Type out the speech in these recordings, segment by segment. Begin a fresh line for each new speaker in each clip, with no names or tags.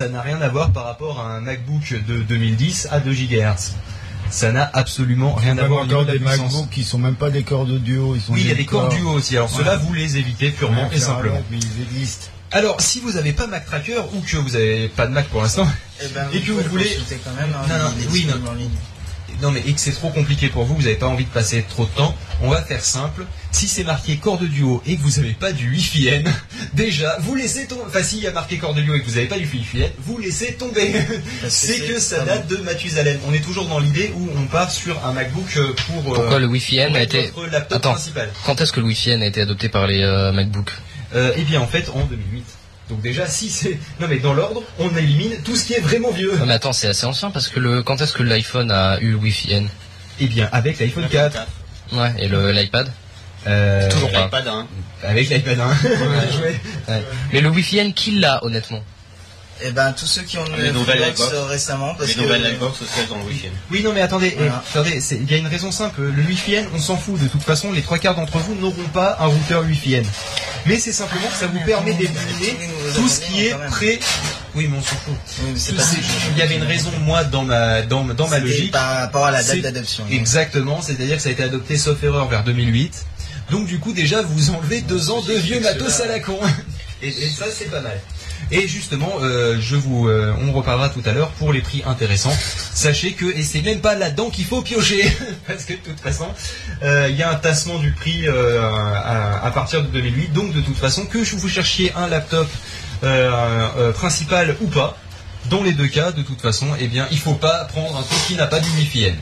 ça n'a rien à voir par rapport à un MacBook de 2010 à 2 GHz. Ça n'a absolument rien à
Même
voir au niveau
encore
de la
des
puissance.
MacBooks qui sont même pas des cordes duo, ils sont
Oui, il y a des cordes
cordes
duo aussi. Alors ceux-là, vous les évitez purement et simplement.
Mais ils existent.
Alors, si vous n'avez pas Mac Tracker ou que vous n'avez pas de Mac pour l'instant, Et que vous voulez-
quand même, hein,
Non, non,
il est
oui,
disponible en ligne.
non mais et que c'est trop compliqué pour vous, vous n'avez pas envie de passer trop de temps, on va faire simple. Si c'est marqué corde duo et que vous n'avez pas du Wi-Fi N, déjà, vous laissez tomber. Enfin, s'il y a marqué corde duo et que vous n'avez pas du Wi-Fi N, vous laissez tomber.
Parce
C'est que ça
vraiment-
date de Mathusalem. On est toujours dans l'idée où on part sur un MacBook euh, pour. euh,
Pourquoi le Wi-Fi N
pour
a
être
été...
notre laptop
Attends.
principal
Quand est-ce que le Wi-Fi N a été adopté par les euh, MacBook
Euh, Eh bien, en fait, en 2008. Donc déjà, si c'est... Non mais dans l'ordre, on élimine tout ce qui est vraiment vieux.
Non, Mais attends, c'est assez ancien parce que le... quand est-ce que l'iPhone a eu le Wi-Fi N
Eh bien, avec l'iPhone 4.
Ouais, et le- l'iPad
euh,
Toujours pas.
l'iPad, hein.
Avec l'iPad 1. Bien joué.
Mais le Wi-Fi N, qui l'a honnêtement
Eh ben, tous ceux
Ah,
qui ont
Les
le
nouvelles
Freebox
Xbox.
euh, récemment, parce
Les
que
nouvelles Lightbox se dans le week-end.
Oui, non mais attendez, eh,
Voilà.
attendez, c'est- il y a une raison simple. Le Wi-Fi N, on s'en fout. De toute façon, les trois quarts d'entre vous n'auront pas un routeur Wi-Fi N. Mais c'est simplement que ça vous permet d'éliminer tout ce qui est pré... Oui, mais on s'en fout.
Oui, mais c'est
Tout
pas
ce- Il y avait une raison, moi, dans ma, dans, ma- dans ma
C'était
logique.
Par rapport à la
C'est-
date d'adoption.
Exactement, c'est-à-dire que ça a été adopté sauf erreur vers 2008. Donc du coup déjà vous enlevez deux ans de vieux matos à la con. Et, et ça c'est pas mal. Et justement, euh, je vous, euh, on reparlera tout à l'heure pour les prix intéressants. Sachez que et c'est même pas là-dedans qu'il faut piocher parce que de toute façon euh, il y a un tassement du prix euh, à, à partir de 2008. Donc de toute façon que vous cherchiez un laptop euh, euh, principal ou pas, dans les deux cas de toute façon, eh bien il faut pas prendre un truc qui n'a pas du Wi-Fi N.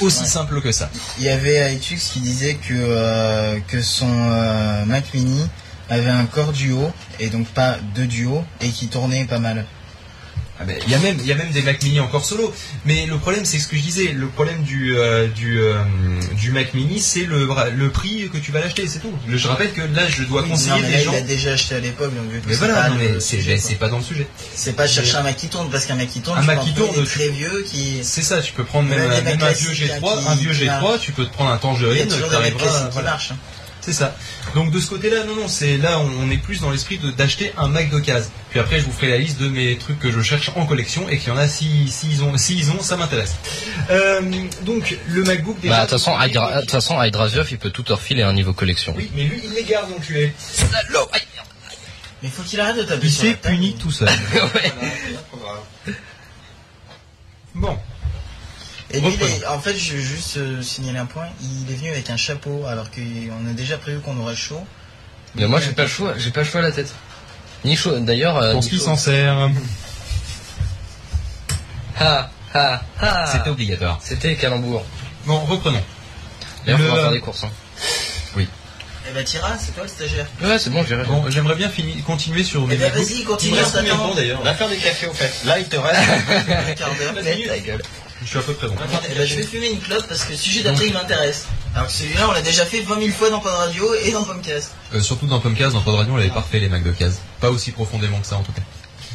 Aussi
Ouais.
simple que ça.
Il y avait iTux qui disait que, euh, que son euh, Mac Mini avait un corps duo, et donc pas deux duos, et qui tournait pas mal.
Ah ben, Il y, a même- il y a même des Mac Mini encore solo. Mais le problème, c'est ce que je disais. Le problème du, euh, du, euh, du Mac Mini, c'est le, bra- le prix que tu vas l'acheter, c'est tout. Le- Je rappelle que là, je dois
Oui, non,
conseiller
mais là,
des gens.
Il l'a déjà acheté à l'époque, donc du coup,
Mais
c'est
voilà,
pas
non, mais
le-
c'est ben, c'est pas dans le sujet.
C'est pas chercher un Mac qui tourne, parce qu'un Mac qui tourne,
Un
tu
Mac
prends
qui
que
tourne,
des
tu-
très vieux qui.
C'est ça, tu peux prendre même,
Même
un-
les Mac
même un vieux
classiques,
G3,
hein,
un
qui-
vieux
qui
G3, tu peux te prendre un
Il y a
Tangerine,
toujours des Mac
t'arriveras-
classiques qui
voilà.
marchent. hein.
C'est ça. Donc de ce côté-là, non, non, c'est là on on est plus dans l'esprit de- d'acheter un Mac d'occasion. Puis après, je vous ferai la liste de mes trucs que je cherche en collection et qu'il y en a si, si ils ont, si ils ont, ça m'intéresse. Euh, donc le MacBook.
Bah, de toute façon, Hydra- de toute façon, Hydraviov, il peut tout te refiler à un niveau collection.
Oui, mais lui, il les garde, l'enculé.
Mais faut qu'il arrête de taper
Il
sur la
s'est
table.
puni tout seul.
Ouais.
Bon.
Et lui, il
Reprenons.
est- en fait, je veux juste euh, signaler un point. Il est venu avec un chapeau, alors qu'on a déjà prévu qu'on aurait chaud.
Mais moi, j'ai pas le choix, j'ai pas le choix à la tête. Ni chaud, d'ailleurs. euh,
Pour
ni
ce qui
chaud.
s'en sert,
Ha, ha, ha.
Ah. c'était obligatoire.
C'était calembour.
Bon, reprenons.
D'ailleurs,
Le-
faut faire des courses. hein.
Eh bah, Tira, c'est toi le stagiaire.
Ouais, c'est bon, j'irai.
Bon, j'aimerais bien finir, continuer sur mes
Eh ben,
MacBooks.
vas-y,
Il me
continue,
reste combien de temps
t'attends.
d'ailleurs
Va faire des cafés au fait. Là, il te reste.
Un quart d'heure.
Mais ta gueule.
Je suis à peu près bon.
Attendez, eh ben, je vais fumer une clope parce que le sujet d'après il m'intéresse. Alors que celui-là, on l'a déjà fait 20 000 fois dans Pod Radio et dans Pomcast.
Euh, surtout dans Pomcast, dans Pod Radio, on l'avait parfait les Mac d'occasion. Pas aussi profondément que ça en tout cas.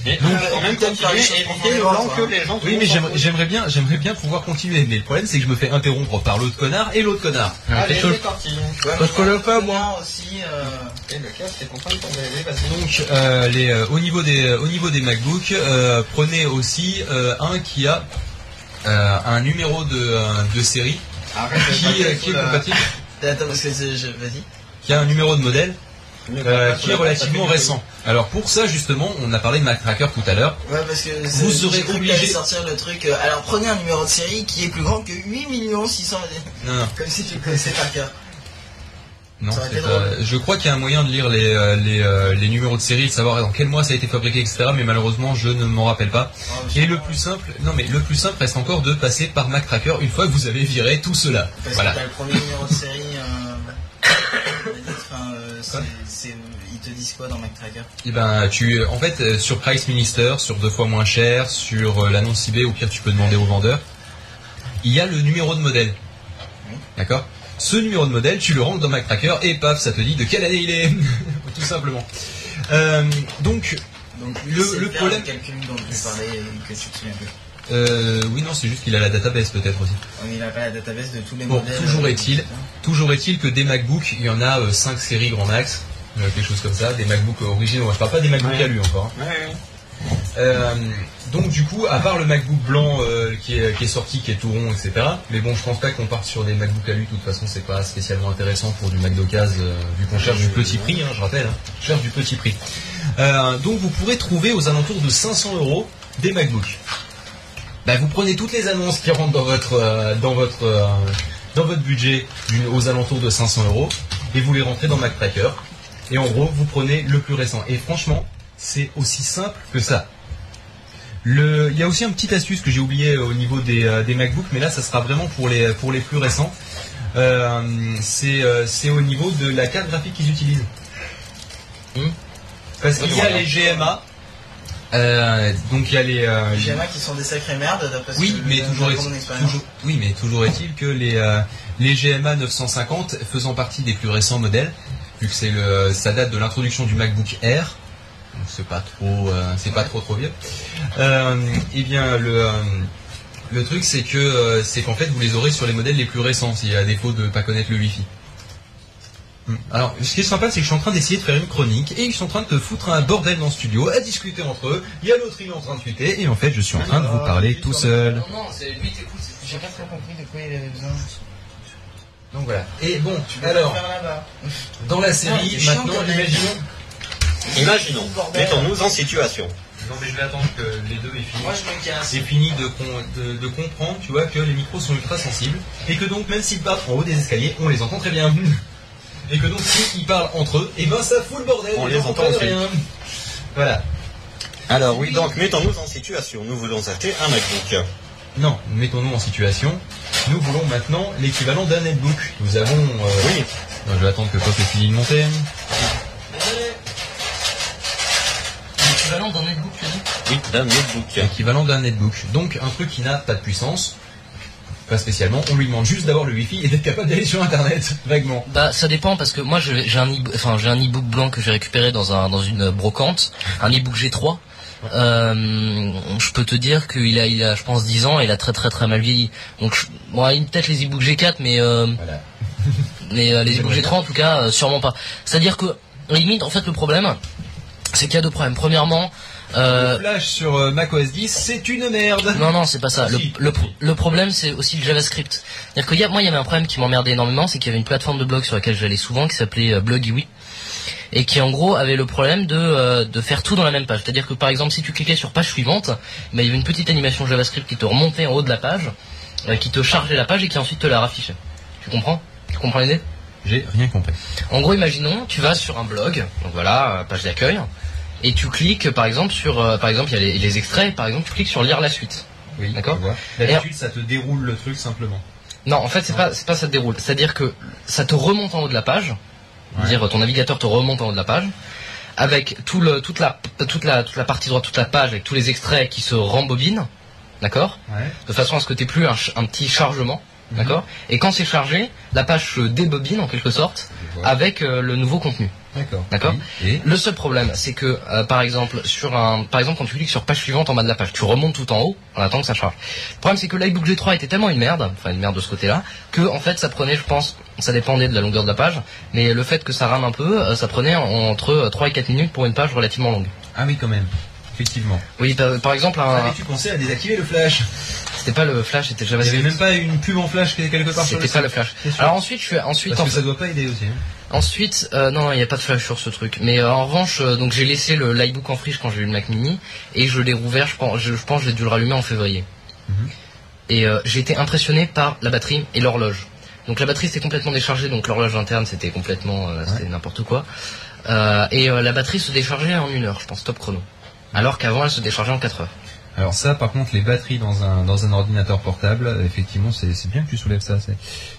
Mais
Donc,
on peut même
peut-être faire les
continuer
choses
et éviter le
profondément,
temps
toi.
que les gens.
Oui, mais j'aimerais- j'aimerais bien, j'aimerais bien pouvoir continuer. Mais le problème, c'est que je me fais interrompre par l'autre connard et l'autre connard.
Ouais,
Allez,
t'es chaud.
c'est parti.
Parce
qu'on l'a pas, moi.
aussi. euh,
Et le casque, t'es content de tomber les parce que
Donc, euh, les, euh, au niveau des, au niveau des MacBooks, euh, prenez aussi euh, un qui a euh, un numéro de, euh, de série
Arrête de
qui, euh,
passer
qui
sous
est
la-
compatible,
Attends, parce que c'est- je- vas-y.
qui a un numéro de modèle
le-
euh,
la-
qui est
la-
relativement
la-
récent. Alors pour ça, justement, on a parlé de Mac Tracker tout à l'heure.
Ouais, parce que
Vous
c'est-
serez
j'ai cru que
obligé-
t'allais sortir le truc. euh, Alors prenez un numéro de série qui est plus grand que 8 600
Non, non,
Comme si tu le connaissais Oh, par cœur.
non,
Ça aurait
c'est
été
pas-
drôle.
Je crois qu'il y a un moyen de lire les, euh, les, euh, les numéros de série, de savoir dans quel mois ça a été fabriqué, etc. Mais malheureusement, je ne m'en rappelle pas. Et le plus simple, non mais le plus simple reste encore de passer par Mac Tracker une fois que vous avez viré tout cela.
Parce
voilà.
que t'as le premier numéro de série. euh, Enfin, euh, c'est- c'est- ils te disent quoi dans Mac Tracker
Et ben tu, en fait, euh, sur Price Minister, sur deux fois moins cher, sur euh, l'annonce eBay, au pire tu peux demander au vendeur. Il y a le numéro de modèle. D'accord. Ce numéro de modèle, tu le rentres dans Mac Tracker et paf, ça te dit de quelle année il est, tout simplement. Euh, donc
Donc
Le-
c'est
le
faire
problème-
le calcul dont tu parlais et que tu te souviens plus.
euh, oui non, c'est juste qu'il a la database peut-être aussi.
On il a pas la database de tous les
Bon,
modèles.
toujours
euh,
est-il.
etc.
Toujours est-il que des MacBooks, il y en a 5 euh, séries grand max, euh, quelque chose comme ça, des MacBooks originaux. Je parle pas des MacBooks à lui encore. hein.
Ouais, ouais.
Euh, donc du coup, à part le MacBook blanc euh, qui, est, qui est sorti, qui est tout rond, etc. Mais bon, je pense pas qu'on parte sur des MacBook à lui. De toute façon, c'est pas spécialement intéressant pour du Mac d'occasion, euh, vu qu'on cherche du petit prix. hein, je rappelle, hein. on cherche du petit prix. Euh, donc vous pourrez trouver aux alentours de 500 euros des MacBooks. Bah, vous prenez toutes les annonces qui rentrent dans votre euh, dans votre euh, dans votre budget d'une- aux alentours de 500 euros et vous les rentrez dans MacTracker. Et en gros, vous prenez le plus récent. Et franchement, c'est aussi simple que ça. Le- il y a aussi un petit astuce que j'ai oublié au niveau des, euh, des MacBooks, mais là, ça sera vraiment pour les, pour les plus récents. Euh, c'est euh, c'est au niveau de la carte graphique qu'ils utilisent.
Hmm.
Parce qu'il y a les GMA. euh, donc il y a les euh,
Il y en a qui sont des sacrées merdes d'après ce
oui,
que
mais
le-
toujours
la
est,
grande expérience.
toujours, oui, mais toujours est-il que les, euh, les GMA 950 faisant partie des plus récents modèles, vu que c'est le, ça date de l'introduction du MacBook Air, donc c'est pas trop, euh, c'est pas trop trop vieux. Euh, eh bien, le, euh, le truc c'est que euh, c'est qu'en fait vous les aurez sur les modèles les plus récents, s'il y a défaut de pas connaître le Wi-Fi. Hmm. Alors, ce qui est sympa, c'est que je suis en train d'essayer de faire une chronique et ils sont en train de te foutre un bordel dans le studio, à discuter entre eux. Il y a l'autre, il est en train de tweeter et en fait, je suis en train de vous parler tout seul.
Non, non, c'est lui t'écoute, c'est
J'ai pas trop compris de quoi il avait besoin.
Donc voilà. Et bon,
Tu peux
alors,
le faire là-bas.
dans la
Ah,
série,
c'est chiant
maintenant,
quand même.
imaginons.
Imaginons,
Bordel.
mettons-nous en situation.
Non, mais je vais attendre que les deux aient fini.
Moi je me casse.
J'ai fini de, con- de, de comprendre, tu vois, que les micros sont ultra sensibles et que donc, même s'ils parlent en haut des escaliers, on les entend très bien. Et que donc, s'ils parlent entre eux, et ben ça fout le bordel.
On
ils
les entend
entendent rien. Voilà.
Alors oui, donc mettons-nous en situation. Nous voulons acheter un MacBook.
Non, mettons-nous en situation. Nous voulons maintenant l'équivalent d'un netbook. Nous avons. euh,
Oui.
Non, je vais attendre que Pop ait fini de monter.
l'équivalent d'un netbook, tu dis
Oui, d'un MacBook.
L'équivalent d'un netbook. Donc un truc qui n'a pas de puissance, pas spécialement, on lui demande juste d'avoir le wifi et d'être capable d'aller sur internet, vaguement.
Bah ça dépend parce que moi je- j'ai un e- enfin j'ai un e-book blanc que j'ai récupéré dans un dans une brocante, un e-book G3. Euh, je peux te dire qu'il a il a je pense 10 ans et il a très très très mal vieilli. Donc je- bon, il- peut-être les e-books G4 mais euh,
Voilà.
mais euh, les e-books G3 en tout cas euh, sûrement pas. C'est-à-dire que limite en fait le problème c'est qu'il y a deux problèmes. Premièrement euh,
Le flash sur euh, Mac OS 10, c'est une merde.
non, non, c'est pas ça. Le,
Ah, Si.
le pro- le problème, c'est aussi le JavaScript. C'est-à-dire que il y a- moi, il y avait un problème qui m'emmerdait énormément, c'est qu'il y avait une plateforme de blog sur laquelle j'allais souvent, qui s'appelait euh, Blogiwi, et qui en gros avait le problème de, euh, de faire tout dans la même page. C'est-à-dire que par exemple, si tu cliquais sur page suivante, ben, il y avait une petite animation JavaScript qui te remontait en haut de la page, euh, qui te chargeait la page et qui ensuite te la raffichait. Tu comprends Tu comprends l'idée
J'ai rien compris.
en gros, imaginons, tu vas sur un blog, donc voilà, euh, page d'accueil, et tu cliques, par exemple, sur, euh, par exemple, il y a les, les extraits, par exemple, tu cliques sur lire la suite.
Oui,
D'accord.
tu vois. D'habitude, ça te déroule le truc simplement.
Non, en fait, c'est pas, c'est pas ça te déroule. C'est-à-dire que ça te remonte en haut de la page. Dire euh, ton navigateur te remonte en haut de la page avec tout le, toute la, toute la, toute la partie droite, toute la page avec tous les extraits qui se rembobinent. D'accord.
Ouais.
De façon à ce que t'aies plus un, ch- un petit chargement.
Mhm.
D'accord. Et quand c'est chargé, la page se débobine en quelque sorte avec euh, le nouveau contenu.
D'accord.
D'accord.
Oui, Et
Le seul problème, c'est que, euh, par exemple, sur un, par exemple, quand tu cliques sur page suivante en bas de la page, tu remontes tout en haut en attendant que ça charge. Le problème, c'est que l'iBook G3 était tellement une merde, enfin une merde de ce côté-là, que en fait, ça prenait, je pense, ça dépendait de la longueur de la page, mais le fait que ça rame un peu, euh, ça prenait en- entre euh, 3 et 4 minutes pour une page relativement longue.
ah oui, quand même. Effectivement.
Oui, par, par exemple, un-
Avais-tu pensé à désactiver le flash
c'était pas le flash, c'était le
Il n'y avait
JavaScript.
même pas une pub en flash qui était quelque part sur
C'était pas le
site.
flash.
C'est sûr.
Alors ensuite, je suis ensuite
Parce
en
que
fait-
ça doit pas aider aussi. hein.
Ensuite, euh, non, non, il n'y a pas de flash sur ce truc. Mais euh, en revanche, euh, donc j'ai laissé le l'iBook en friche quand j'ai eu le Mac Mini et je l'ai rouvert. Je pense, je, je pense, que j'ai dû le rallumer en février.
Mhm.
Et euh, j'ai été impressionné par la batterie et l'horloge. Donc la batterie s'était complètement déchargée, donc l'horloge interne c'était complètement, euh, c'était n'importe quoi. Euh, et euh, la batterie se déchargeait en une heure, je pense, top chrono.
Mhm.
Alors qu'avant elle se déchargeait en 4 heures.
Alors ça, par contre, les batteries dans un dans un ordinateur portable, euh, effectivement, c'est c'est bien que tu soulèves ça. c'est-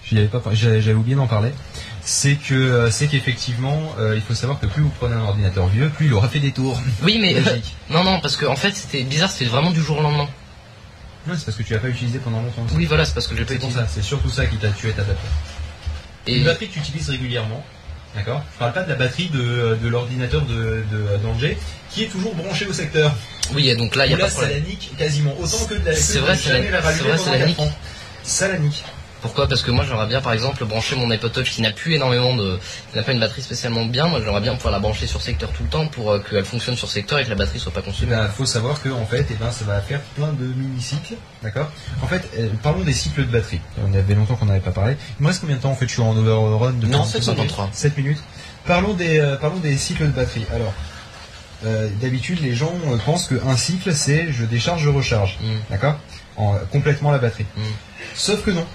J'y avais pas, j'avais j'avais oublié d'en parler. C'est que euh, c'est qu'effectivement, euh, il faut savoir que plus vous prenez un ordinateur vieux, plus il aura fait des tours.
Oui, mais euh,
Logique.
non, non, parce que en fait c'était bizarre, c'était vraiment du jour au lendemain.
Non, c'est parce que tu l'as pas utilisé pendant longtemps.
Oui, voilà, c'est parce que j'ai pas
C'est pour
utilisé.
ça. C'est surtout ça qui t'a tué ta batterie.
Et
Une batterie que tu utilises régulièrement. D'accord. Je parle pas de la batterie de, de l'ordinateur de de- d'Angers qui est toujours branchée au secteur.
oui, et donc là il Ah, y a
Où là,
pas de
ça
problème.
la nique quasiment autant que de la.
C'est
que
vrai,
de
ça la-
jamais la
c'est
rallumer
vrai,
pendant
ça la
quatre
nique.
ans. Ça la nique.
Pourquoi Parce que moi j'aimerais bien par exemple brancher mon Apple Touch qui n'a plus énormément de. qui n'a pas une batterie spécialement bien, moi j'aimerais bien pouvoir la brancher sur secteur tout le temps pour euh, qu'elle fonctionne sur secteur et que la batterie soit pas
Il
consommée.
Eh ben, faut savoir que en fait, eh ben, ça va faire plein de mini-cycles, d'accord En fait, euh, parlons des cycles de batterie. On avait longtemps qu'on n'avait pas parlé. Il me reste combien de temps en fait Je suis en overrun de
Non,
7
753.
minutes. 7 minutes. Parlons des, euh, parlons des cycles de batterie. Alors, euh, d'habitude, les gens euh, pensent qu'un cycle, c'est je décharge, je recharge,
Mm.
d'accord En- Complètement la batterie.
Mm.
Sauf que non.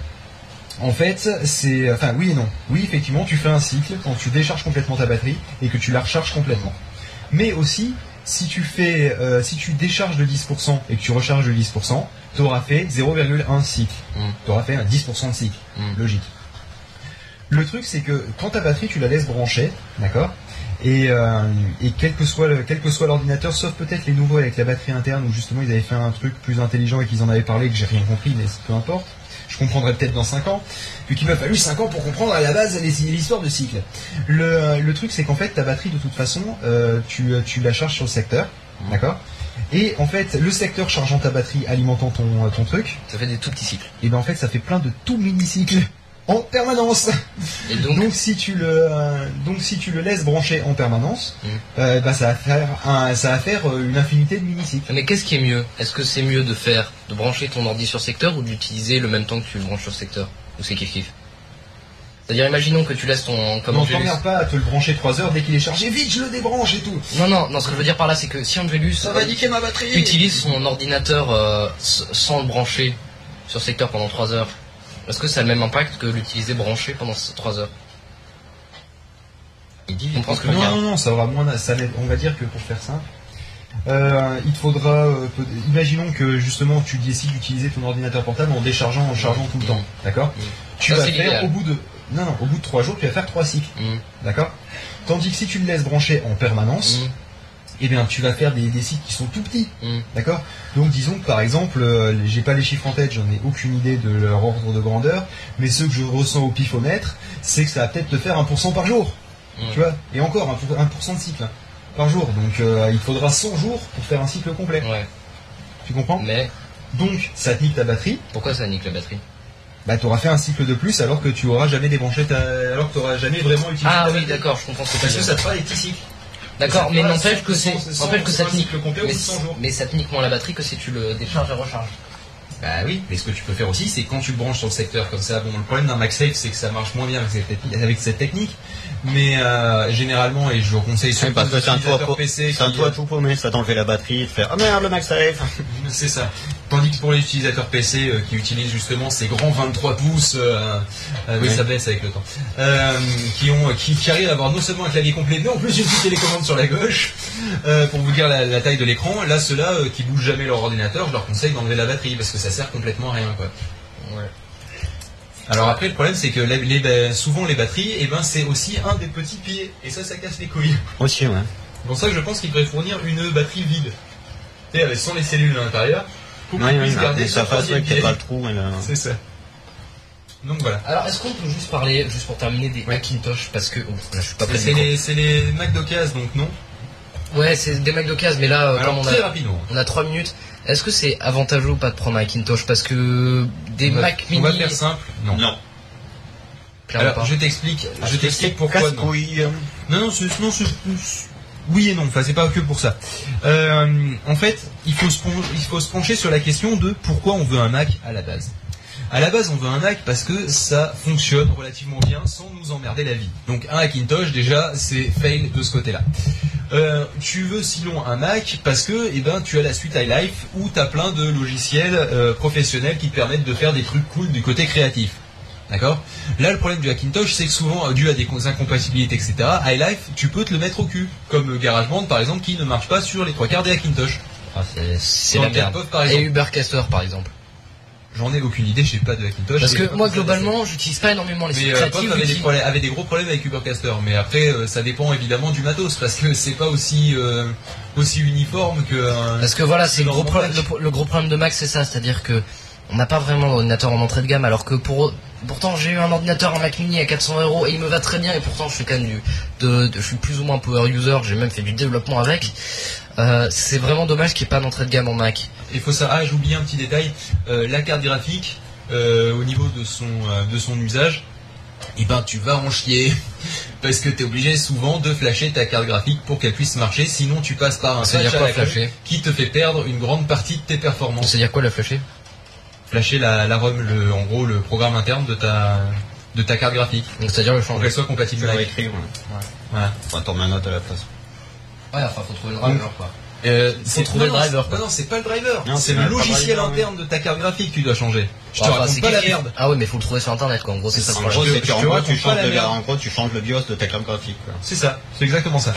En fait, c'est. Enfin, oui et non. Oui, effectivement, tu fais un cycle quand tu décharges complètement ta batterie et que tu la recharges complètement. Mais aussi, si tu fais. euh, si tu décharges de 10% et que tu recharges de 10%, tu auras fait 0,1 cycle.
Mm.
Tu auras fait un 10% de cycle.
Mm.
Logique. Le truc, c'est que quand ta batterie, tu la laisses brancher, d'accord et, euh, et quel que soit le- quel que soit l'ordinateur, sauf peut-être les nouveaux avec la batterie interne où justement ils avaient fait un truc plus intelligent et qu'ils en avaient parlé que j'ai rien compris, mais peu importe. Je comprendrai peut-être dans 5 ans, vu qu'il m'a fallu 5 ans pour comprendre à la base les- l'histoire de cycle. Le, le truc, c'est qu'en fait, ta batterie, de toute façon, euh, tu, tu la charges sur le secteur, d'accord Et en fait, le secteur chargeant ta batterie, alimentant ton, ton truc,
Ça fait des tout petits cycles.
et ben en fait, ça fait plein de tout mini-cycles en permanence
Et
donc,
donc,
si tu le euh, donc si tu le laisses brancher en permanence,
Mm.
euh, bah, ça va faire un- ça va faire euh, une infinité de mini cycles.
mais qu'est-ce qui est mieux Est-ce que c'est mieux de faire de brancher ton ordi sur secteur ou d'utiliser le même temps que tu le branches sur secteur Ou c'est kiff kiff C'est-à-dire imaginons que tu laisses ton comme
Donc
Angelus-
t'emmerdes pas à te le brancher 3 heures dès qu'il est chargé. Vite, je le débranche et tout.
Non non non ce que je veux dire par là c'est que si Angelus euh,
niquer ma batterie
utilise son ordinateur euh, s- sans le brancher sur secteur pendant 3 heures, est-ce que ça a le même impact que l'utiliser branché pendant 3 heures On pense que
Non,
regarde.
non, non, ça aura moins. Ça, va- on va dire que pour faire simple, euh, il te faudra. euh, peut- imaginons que justement tu décides d'utiliser ton ordinateur portable en déchargeant, en chargeant tout le
Mm.
temps. D'accord.
Mm.
Tu
Ça,
vas
c'est
faire
l'idéal.
au bout de non, non, au bout de 3 jours, tu vas faire 3 cycles.
Mm.
D'accord. Tandis que si tu le laisses brancher en permanence,
Mm.
eh bien tu vas faire des, des cycles qui sont tout petits.
Mm.
D'accord Donc disons que par exemple, euh, les- j'ai pas les chiffres en tête, j'en ai aucune idée de leur ordre de grandeur, mais ceux que je ressens au pifomètre, c'est que ça va peut-être te faire 1% par jour.
Mm.
Tu vois Et encore, 1%, 1% de cycle hein, par jour. Donc euh, il te faudra 100 jours pour faire un cycle complet.
Ouais.
Tu comprends
Mais
Donc ça te nique ta batterie,
pourquoi ça nique la batterie
bah t'auras fait un cycle de plus alors que tu auras jamais débranché ta... alors que t'auras jamais vraiment utilisé.
Ah
ta
oui
batterie.
d'accord, je comprends ce que
Parce
tu
que
dis.
ça te fera des petits cycles.
D'accord,
Ça
mais
te fera
n'empêche que
100,
c'est
c'est
n'empêche que ça te nique.
cycle complet au
Mais,
bout de 100 jours.
mais ça te nique moins la batterie que si tu le décharges et recharges.
Bah oui, mais ce que tu peux faire aussi, c'est quand tu le branches sur le secteur comme ça, bon, le problème d'un MagSafe, c'est que ça marche moins bien avec cette technique, avec cette technique mais euh, généralement, et je conseille
C'est
surtout
parce que
aux
c'est un toit
utilisateurs
pour-
PC,
C'est un
qui- euh,
toit tout paumé, ça t'enlever la batterie, de faire Ah merde le MagSafe
c'est ça. Tandis que pour les utilisateurs PC euh, qui utilisent justement ces grands 23 pouces, euh, euh, oui,
Ouais.
ça baisse avec le temps, euh, qui, ont, qui, qui arrivent à avoir non seulement un clavier complet, mais en plus une petite télécommande sur la gauche, euh, pour vous dire la, la taille de l'écran, là, ceux-là euh, qui bougent jamais leur ordinateur, je leur conseille d'enlever la batterie, parce que ça sert complètement à rien, quoi.
Ouais.
Alors après, le problème, c'est que les- les- ben, souvent les batteries, eh ben, c'est aussi un des petits pieds. Et ça, ça casse les couilles.
Aussi, ouais.
C'est pour ça que je pense qu'il devrait fournir une batterie vide. Et avec sans les cellules à l'intérieur, pour qu'on
Oui, Ah,
puisse
oui,
garder
mais ça
son
fasse
troisième
ouais, que t'as
pied.
pas euh, le trou. et là.
C'est ça. Donc voilà.
Alors est-ce qu'on peut juste parler, juste pour terminer, des Macintosh parce que oh, là je suis pas prêt.
C'est les, c'est les Mac d'occasion, donc non.
Ouais, c'est des Mac d'occasion, mais là euh,
Alors
comme on a
très rapidement.
On a 3 minutes. Est-ce que c'est avantageux ou pas de prendre un Macintosh Parce que des
on va,
Mac
on
mini,
va faire simple. Non.
Non.
clairement
Alors
pas.
je t'explique.
Parce
Je
que
t'explique
c'est
pourquoi non.
casse-couille.
Non, non, c'est, non, c'est- c'est- oui et non. Enfin, c'est pas que pour ça. Euh, en fait, il faut, se pon- il faut se pencher sur la question de pourquoi on veut un Mac à la base. À la base, on veut un Mac parce que ça fonctionne relativement bien sans nous emmerder la vie. Donc, un Hackintosh, déjà, c'est fail de ce côté-là. Euh, tu veux sinon un Mac parce que eh ben, tu as la suite iLife où tu as plein de logiciels euh, professionnels qui te permettent de faire des trucs cool du côté créatif. D'accord Là, le problème du Hackintosh, c'est que souvent, euh, dû à des cons- incompatibilités, etc., iLife, tu peux te le mettre au cul. Comme GarageBand, par exemple, qui ne marche pas sur les trois quarts des Hackintosh.
Ah, c'est- c'est
Dans
la
le cas de
merde.
Pop, par
Et
exemple.
Ubercaster par exemple.
J'en ai aucune idée, je sais pas de Hackintosh.
Parce
je sais
que
pas comment
moi
ça
globalement, j'utilise pas énormément les
Mais
sites
euh, Pop
créatifs.
avait des,
j'utilise-
problèmes- avait des gros problèmes avec Ubercaster, mais après euh, ça dépend évidemment du matos parce que c'est pas aussi euh, aussi uniforme que. un-
Parce que voilà, c'est le, gros
dans mon
pro-
Mac.
le, pro- le gros problème de Mac, c'est ça, c'est-à-dire que on n'a pas vraiment d'ordinateur en entrée de gamme, alors que pour pourtant j'ai eu un ordinateur en Mac Mini à 400 euros et il me va très bien, et pourtant je suis quand même du, de, de- je suis plus ou moins power user, j'ai même fait du développement avec. Euh, c'est vraiment dommage qu'il n'y ait pas d'entrée de gamme en Mac.
Il faut ça. Ah, j'ai oublié un petit détail. euh, la carte graphique, euh, au niveau de son, euh, de son usage, et ben tu vas en chier. Parce que tu es obligé souvent de flasher ta carte graphique pour qu'elle puisse marcher, sinon tu passes par un
Ça veut
patch
dire
à
quoi
la coque
flasher
qui te fait perdre une grande partie de tes performances.
C'est-à-dire quoi la flasher
Flasher la, la ROM, le, en gros le programme interne de ta, de ta carte graphique,
Donc c'est-à-dire le
pour
changer.
qu'elle soit compatible avec.
écrire.
Voilà.
Enfin, t'en mets un autre à la place.
Ouais, enfin faut trouver le
driver,
quoi.
Euh, c'est
trouver
non,
le driver,
c'est-
quoi.
Non, c'est pas le driver.
Non,
C'est
c'est
le
pas le
logiciel
driver,
interne de ta carte graphique que tu dois changer. Je te
Enfin,
raconte
c'est
pas la
quelqu'un-
merde.
Ah ouais, mais faut le trouver sur internet quoi. En gros, c'est ça le
En
problème.
gros,
je te-
c'est
je
qu'en
te
gros,
raconte
tu
pas
changes
la
de-
merde.
en gros, tu changes le BIOS de ta carte graphique. quoi.
C'est ça, c'est exactement ça.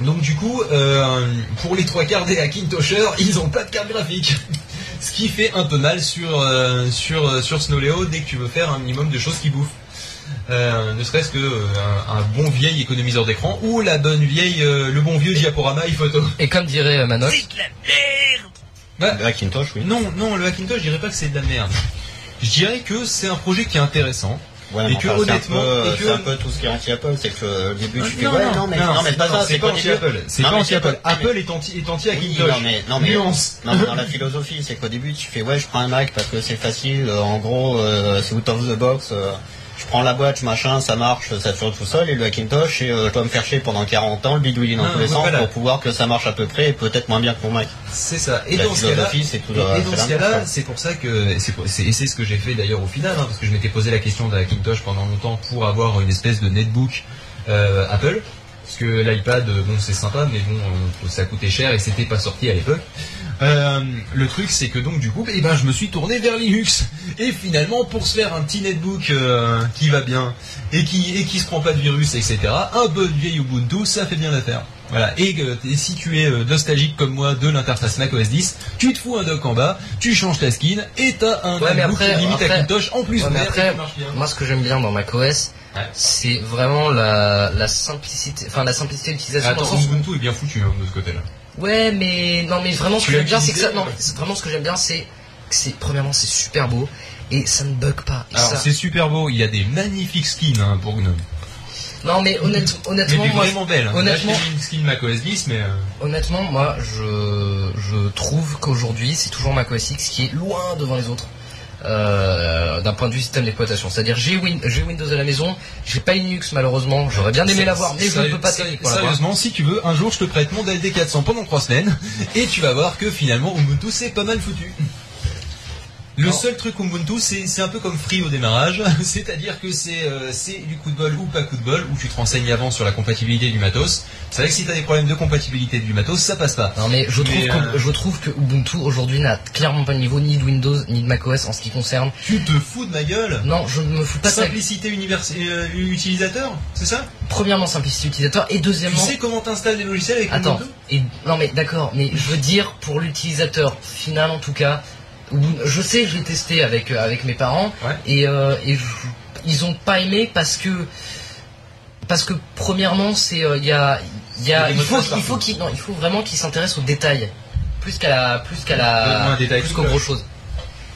Donc du coup, euh, pour les trois quarts des Hackintoshers, ils ont pas de carte graphique. Ce qui fait un peu mal sur, euh, sur, euh, sur Snowleo dès que tu veux faire un minimum de choses qui bouffent. Euh, ne serait-ce que euh, un, un bon vieil économiseur d'écran ou la bonne vieille, euh, le bon vieux diaporama et photo.
Et comme dirait euh, Manox,
Le Hackintosh, oui.
Non, non, le Hackintosh, je dirais pas que c'est de la merde. Je dirais que c'est un projet qui est intéressant.
Ouais,
Et
mais
que,
enfin, c'est un
honnêtement,
peu-
et que-
c'est un peu tout ce qui est anti-Apple, c'est que euh, au début, tu fais
Non,
ouais,
non,
non, mais
non,
non, mais pas
non,
ça,
c'est pas anti-Apple. C'est
Non,
pas
mais
anti-Apple.
c'est pas-
Apple est anti- est
Oui,
anti-Hackintosh.
non, mais, non, mais,
Nuance.
non, mais dans la philosophie, c'est qu'au début, tu fais, ouais, je prends un Mac parce que c'est facile, euh, en gros, euh, c'est out of the box, euh, je prends la boîte, machin, ça marche, ça tourne tout seul, et le Hackintosh, et, euh, je dois me faire chier pendant 40 ans, le bidouiller dans
Ah,
tous les sens
voilà.
pour pouvoir que ça marche à peu près, et peut-être moins bien que mon Mac.
C'est ça. Et
la
dans ce cas-là,
philosophie, c'est tout
et-
dans-
et dans
c'est
ce
la
cas-là,
même chose.
c'est pour ça que et c'est pour- c'est et c'est ce que j'ai fait d'ailleurs au final, hein, parce que je m'étais posé la question de la Hackintosh pendant longtemps pour avoir une espèce de netbook euh, Apple. Parce que l'iPad, euh, bon, c'est sympa, mais bon, euh, ça coûtait cher et c'était pas sorti à l'époque. Euh, le truc, c'est que donc du coup, eh ben, je me suis tourné vers Linux. Et finalement, pour se faire un petit netbook euh, qui va bien et qui et qui se prend pas de virus, etc. Un bon vieil Ubuntu, ça fait bien l'affaire. Voilà. Et, que- et si tu es euh, nostalgique comme moi de l'interface Mac OS 10, tu te fous un dock en bas, tu changes ta skin et t'as un
Ouais, mais
netbook
après-
limite
après-
Hackintosh en plus.
Ouais, mais
Merde,
après-
ça marche bien.
moi ce que j'aime bien dans macOS,
Ouais.
c'est vraiment la, la simplicité, enfin la simplicité d'utilisation. dans le
Attention,
sens où-
Ubuntu est bien foutu hein, de ce côté-là.
Ouais, mais non, mais vraiment, ce
Tu
que
l'as
j'aime bien, c'est que ça.
utilisé,
Non,
ouais.
c'est- vraiment, ce que j'aime bien, c'est que c'est premièrement, c'est super beau et ça ne bug pas. Et
Alors
ça-
c'est super beau, il y a des magnifiques skins hein, pour Gnome.
Non, mais honnête-
Mais
honnêtement,
des
moi,
vraiment belles. hein.
honnêtement-
Là, j'ai mis une skin Mac OS 10, mais euh,
honnêtement, moi, je je trouve qu'aujourd'hui, c'est toujours macOS X qui est loin devant les autres. euh, d'un point de vue système d'exploitation, c'est-à-dire j'ai Win- j'ai Windows à la maison, j'ai pas Linux malheureusement, j'aurais bien aimé l'avoir, mais je ne
sérieux-
peux pas
sérieux-
payer pour l'avoir.
Sérieusement, si tu veux, un jour je te prête mon DLD 400 pendant 3 semaines et tu vas voir que finalement Ubuntu c'est pas mal foutu. Le
Non.
seul truc Ubuntu, c'est c'est un peu comme Free au démarrage, c'est-à-dire que c'est euh, c'est du coup de bol ou pas coup de bol, où tu te renseignes avant sur la compatibilité du matos. C'est vrai que si t'as des problèmes de compatibilité du matos, ça passe pas.
Non mais je trouve,
Mais,
qu'U-
euh,
je trouve que Ubuntu aujourd'hui n'a clairement pas le niveau ni de Windows ni de macOS en ce qui concerne.
Tu te fous de ma gueule
Non, je ne me fous pas de ça.
Simplicité univers- euh, utilisateur, c'est ça
Premièrement, simplicité utilisateur et
Tu
deuxièmement.
sais comment t'installes des logiciels avec
Attends.
Ubuntu
Et, non mais d'accord, mais je veux dire pour l'utilisateur final en tout cas. Ubuntu- Je sais, je l'ai testé avec euh, avec mes parents
Ouais.
et, euh, et je- ils ont pas aimé parce que parce que premièrement c'est euh, il y a il y a-
Il y a des
il
mots de
faut
passe
il faut
partout.
qu'il non, il faut vraiment qu'ils s'intéressent aux détails plus qu'à la plus qu'à
Donne-moi
la
un détail
plus
tout
qu'aux
seul.
grosses choses.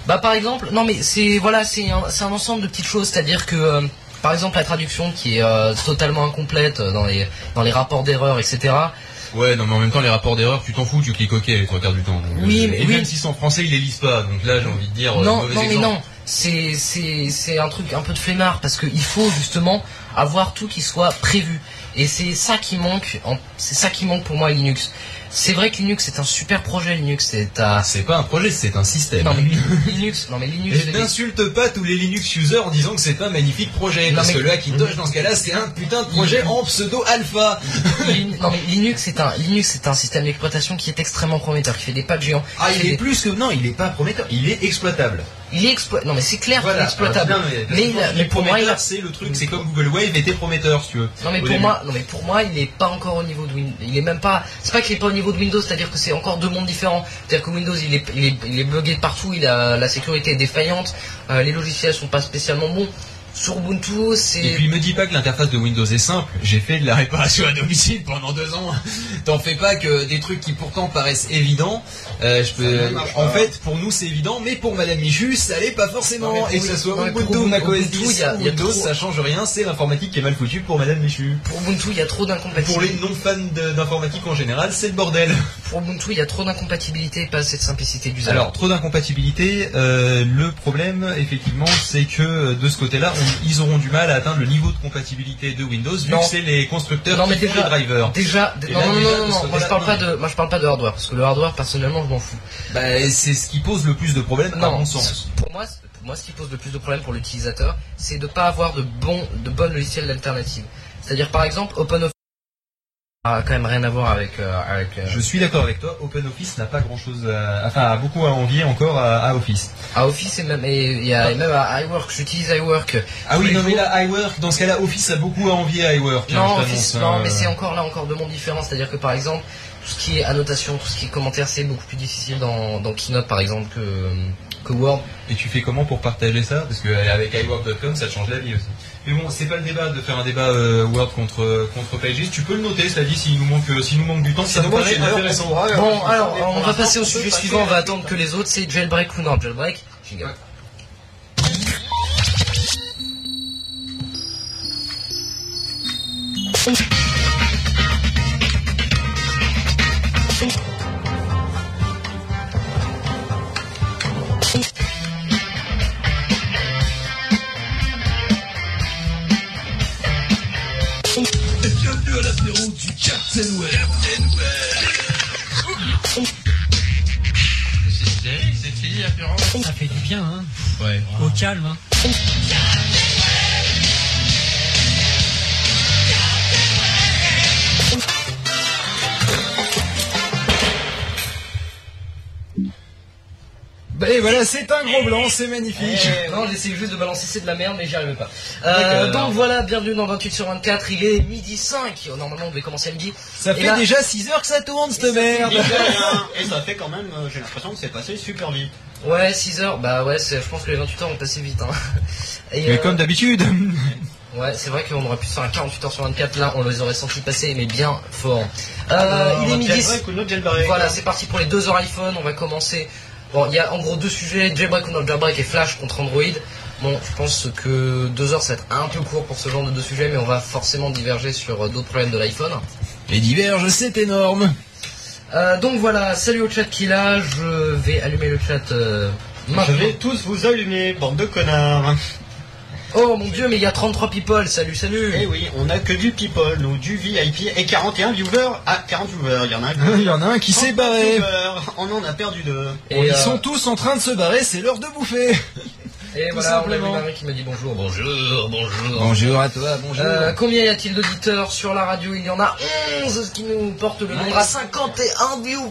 Bah par exemple, non mais c'est voilà, c'est un, c'est un ensemble de petites choses, c'est-à-dire que euh, par exemple la traduction qui est euh, totalement incomplète euh, dans les dans les rapports d'erreurs, etc.
Ouais, non, mais en même temps, les rapports d'erreur, tu t'en fous, tu cliques OK les trois quarts du temps. Donc,
Oui,
euh,
mais-
et
oui.
même si c'est en français, ils les lisent pas. Donc là, j'ai envie de dire. euh,
Non,
mauvais
non mais
exemple.
non, c'est c'est c'est un truc un peu de flemmard parce qu'il faut justement avoir tout qui soit prévu et c'est ça qui manque, en- c'est ça qui manque pour moi à Linux. C'est vrai que Linux c'est un super projet Linux, c'est à
Ah, c'est pas un projet, c'est un système.
non mais Linux, non mais Linux.
Et
c'est-
n'insulte pas tous les Linux users en disant que c'est un magnifique projet.
Non,
parce
mais- Mhm.
que le Hackintosh, dans ce cas-là, c'est un putain de projet en pseudo-alpha.
Lin- non mais Linux c'est un Linux c'est un système d'exploitation qui est extrêmement prometteur, qui fait des pas de géants.
Ah,
qui
il
fait
est
des-
plus que. Non, il est pas prometteur, il est exploitable.
il est explo- Non mais c'est clair qu'il est exploitable.
Ah, bien,
mais, il a- mais pour moi il a-
prometteur, c'est le truc, c'est comme Google Wave était prometteur, si tu veux.
Non mais
Au
pour
début.
moi, non mais pour moi, il n'est pas encore au niveau de Windows. Il est même pas. C'est pas qu'il est pas au niveau de Windows, c'est-à-dire que c'est encore deux mondes différents. C'est-à-dire que Windows, il est, il est, il est bugué de partout, il a, la sécurité est défaillante, euh, les logiciels sont pas spécialement bons. Sur Ubuntu,
Et
c'est
puis me dis pas que l'interface de Windows est simple. J'ai fait de la réparation à domicile pendant deux ans. T'en fais pas que des trucs qui pourtant paraissent évidents. Euh, je
Ça ne
peux.
marche
En
pas.
fait, pour nous c'est évident, mais pour Madame Michu, ça l'est pas forcément.
Non, mais pour-
Et que ce soit
ouais,
Ubuntu,
pour
macOS
Ubuntu,
10
il y a-
ou
il y a
Windows,
trop-
ça change rien. C'est l'informatique qui est mal foutue pour Madame Michu.
pour Ubuntu, il y a trop
Pour les
d'incompatibilités.
non fans de- d'informatique en général, c'est le bordel.
Pour Ubuntu, il y a trop d'incompatibilités et pas assez de simplicité d'usage.
Alors, trop d'incompatibilité. euh, le problème, effectivement, c'est que euh, de ce côté-là, on- ils auront du mal à atteindre le niveau de compatibilité de Windows, vu
Non.
que c'est les constructeurs
Non, mais
qui font les
déjà-
drivers.
déjà, d-
Et
non,
là,
non,
déjà,
non,
de ce
non, non, moi je
côté-là,
parle pas
non.
de, moi je parle pas de hardware parce que le hardware personnellement je m'en fous.
Bah, c'est ce qui pose le plus de problèmes, à
Non,
mon sens.
Pour moi, c'est- pour moi, ce qui pose le plus de problèmes pour l'utilisateur, c'est de pas avoir de bons, de bonnes logiciels d'alternative. C'est-à-dire par exemple OpenOffice a quand même rien à voir avec euh, avec. euh,
Je suis d'accord avec toi, OpenOffice n'a pas grand-chose à... Enfin, a beaucoup à envier encore à, à Office.
à Office et même et, il y a- et même à iWork. J'utilise iWork.
Ah oui,
Mais
non mais
vous-
là, iWork, dans ce cas-là, Office a beaucoup à envier à iWork. hein,
Non,
je
Office,
t'annonce,
non,
hein.
mais c'est encore là encore deux mondes différents. C'est-à-dire que par exemple, tout ce qui est annotation, tout ce qui est commentaire, c'est beaucoup plus difficile dans, dans Keynote par exemple que que Word.
Et tu fais comment pour partager ça Parce euh, qu'avec iWork.com, ça te change la vie aussi. Mais bon, c'est pas le débat de faire un débat euh, Word contre contre Pages. Tu peux le noter, cest à dit s'il nous manque euh, s'il nous manque du temps, ça nous paraît intéressant.
Bon, alors, on va passer au sujet suivant, on va attendre
hein.
que les autres, c'est jailbreak ou non jailbreak. Jingle.
Ça fait du bien, hein. Au calme, hein.
Bah, Et voilà, c'est un gros blanc, c'est magnifique.
Euh,
Eh,
Non, j'essayais juste de balancer, c'est de la merde, mais j'y arrivais pas. Euh, donc voilà, bienvenue dans 28 sur 24, il est midi 5. Oh, Normalement, on devait commencer à midi.
Ça
Et
fait
là-
déjà 6 heures que ça tourne cette merde.
Et ça fait quand même, euh, j'ai l'impression que c'est passé super vite.
Ouais, 6 heures, bah ouais, c'est- je pense que les 28 heures ont passé vite. Hein. Et,
Mais
euh,
comme d'habitude.
Ouais, c'est vrai qu'on aurait pu faire un 48 heures sur 24, là, on les aurait sentis passer, mais bien fort. Euh,
Ah, bah,
il est midi
Jailbreak ou no jailbreak
Voilà, c'est parti pour les deux heures iPhone. On va commencer. Bon, il y a en gros deux sujets jailbreak ou non jailbreak et Flash contre Android. Bon, je pense que deux heures, ça va être un peu court pour ce genre de deux sujets, mais on va forcément diverger sur euh, d'autres problèmes de l'iPhone.
Et diverge, c'est énorme.
Euh, donc voilà, salut au chat qui est là. Je vais allumer le chat. euh,
Je
maintenant.
vais tous vous allumer, bande de connards.
Oh mon dieu, mais il y a 33 people. Salut, salut.
Eh oui, on a que du people, nous, du VIP et 41 viewers. Ah, 40 viewers, il y en a un.
Euh, Il y en a un qui s'est barré.
Viewers. On en a perdu deux.
Et,
Ils
euh,
sont tous en train de se barrer, c'est l'heure de bouffer.
et
tout
voilà, on a vu
simplement.
Marie qui me dit bonjour. Bonjour, bonjour.
Bonjour à toi, bonjour.
Euh, combien y a-t-il d'auditeurs sur la radio Il y en a 11, ce qui nous porte le nombre à 51 viewers.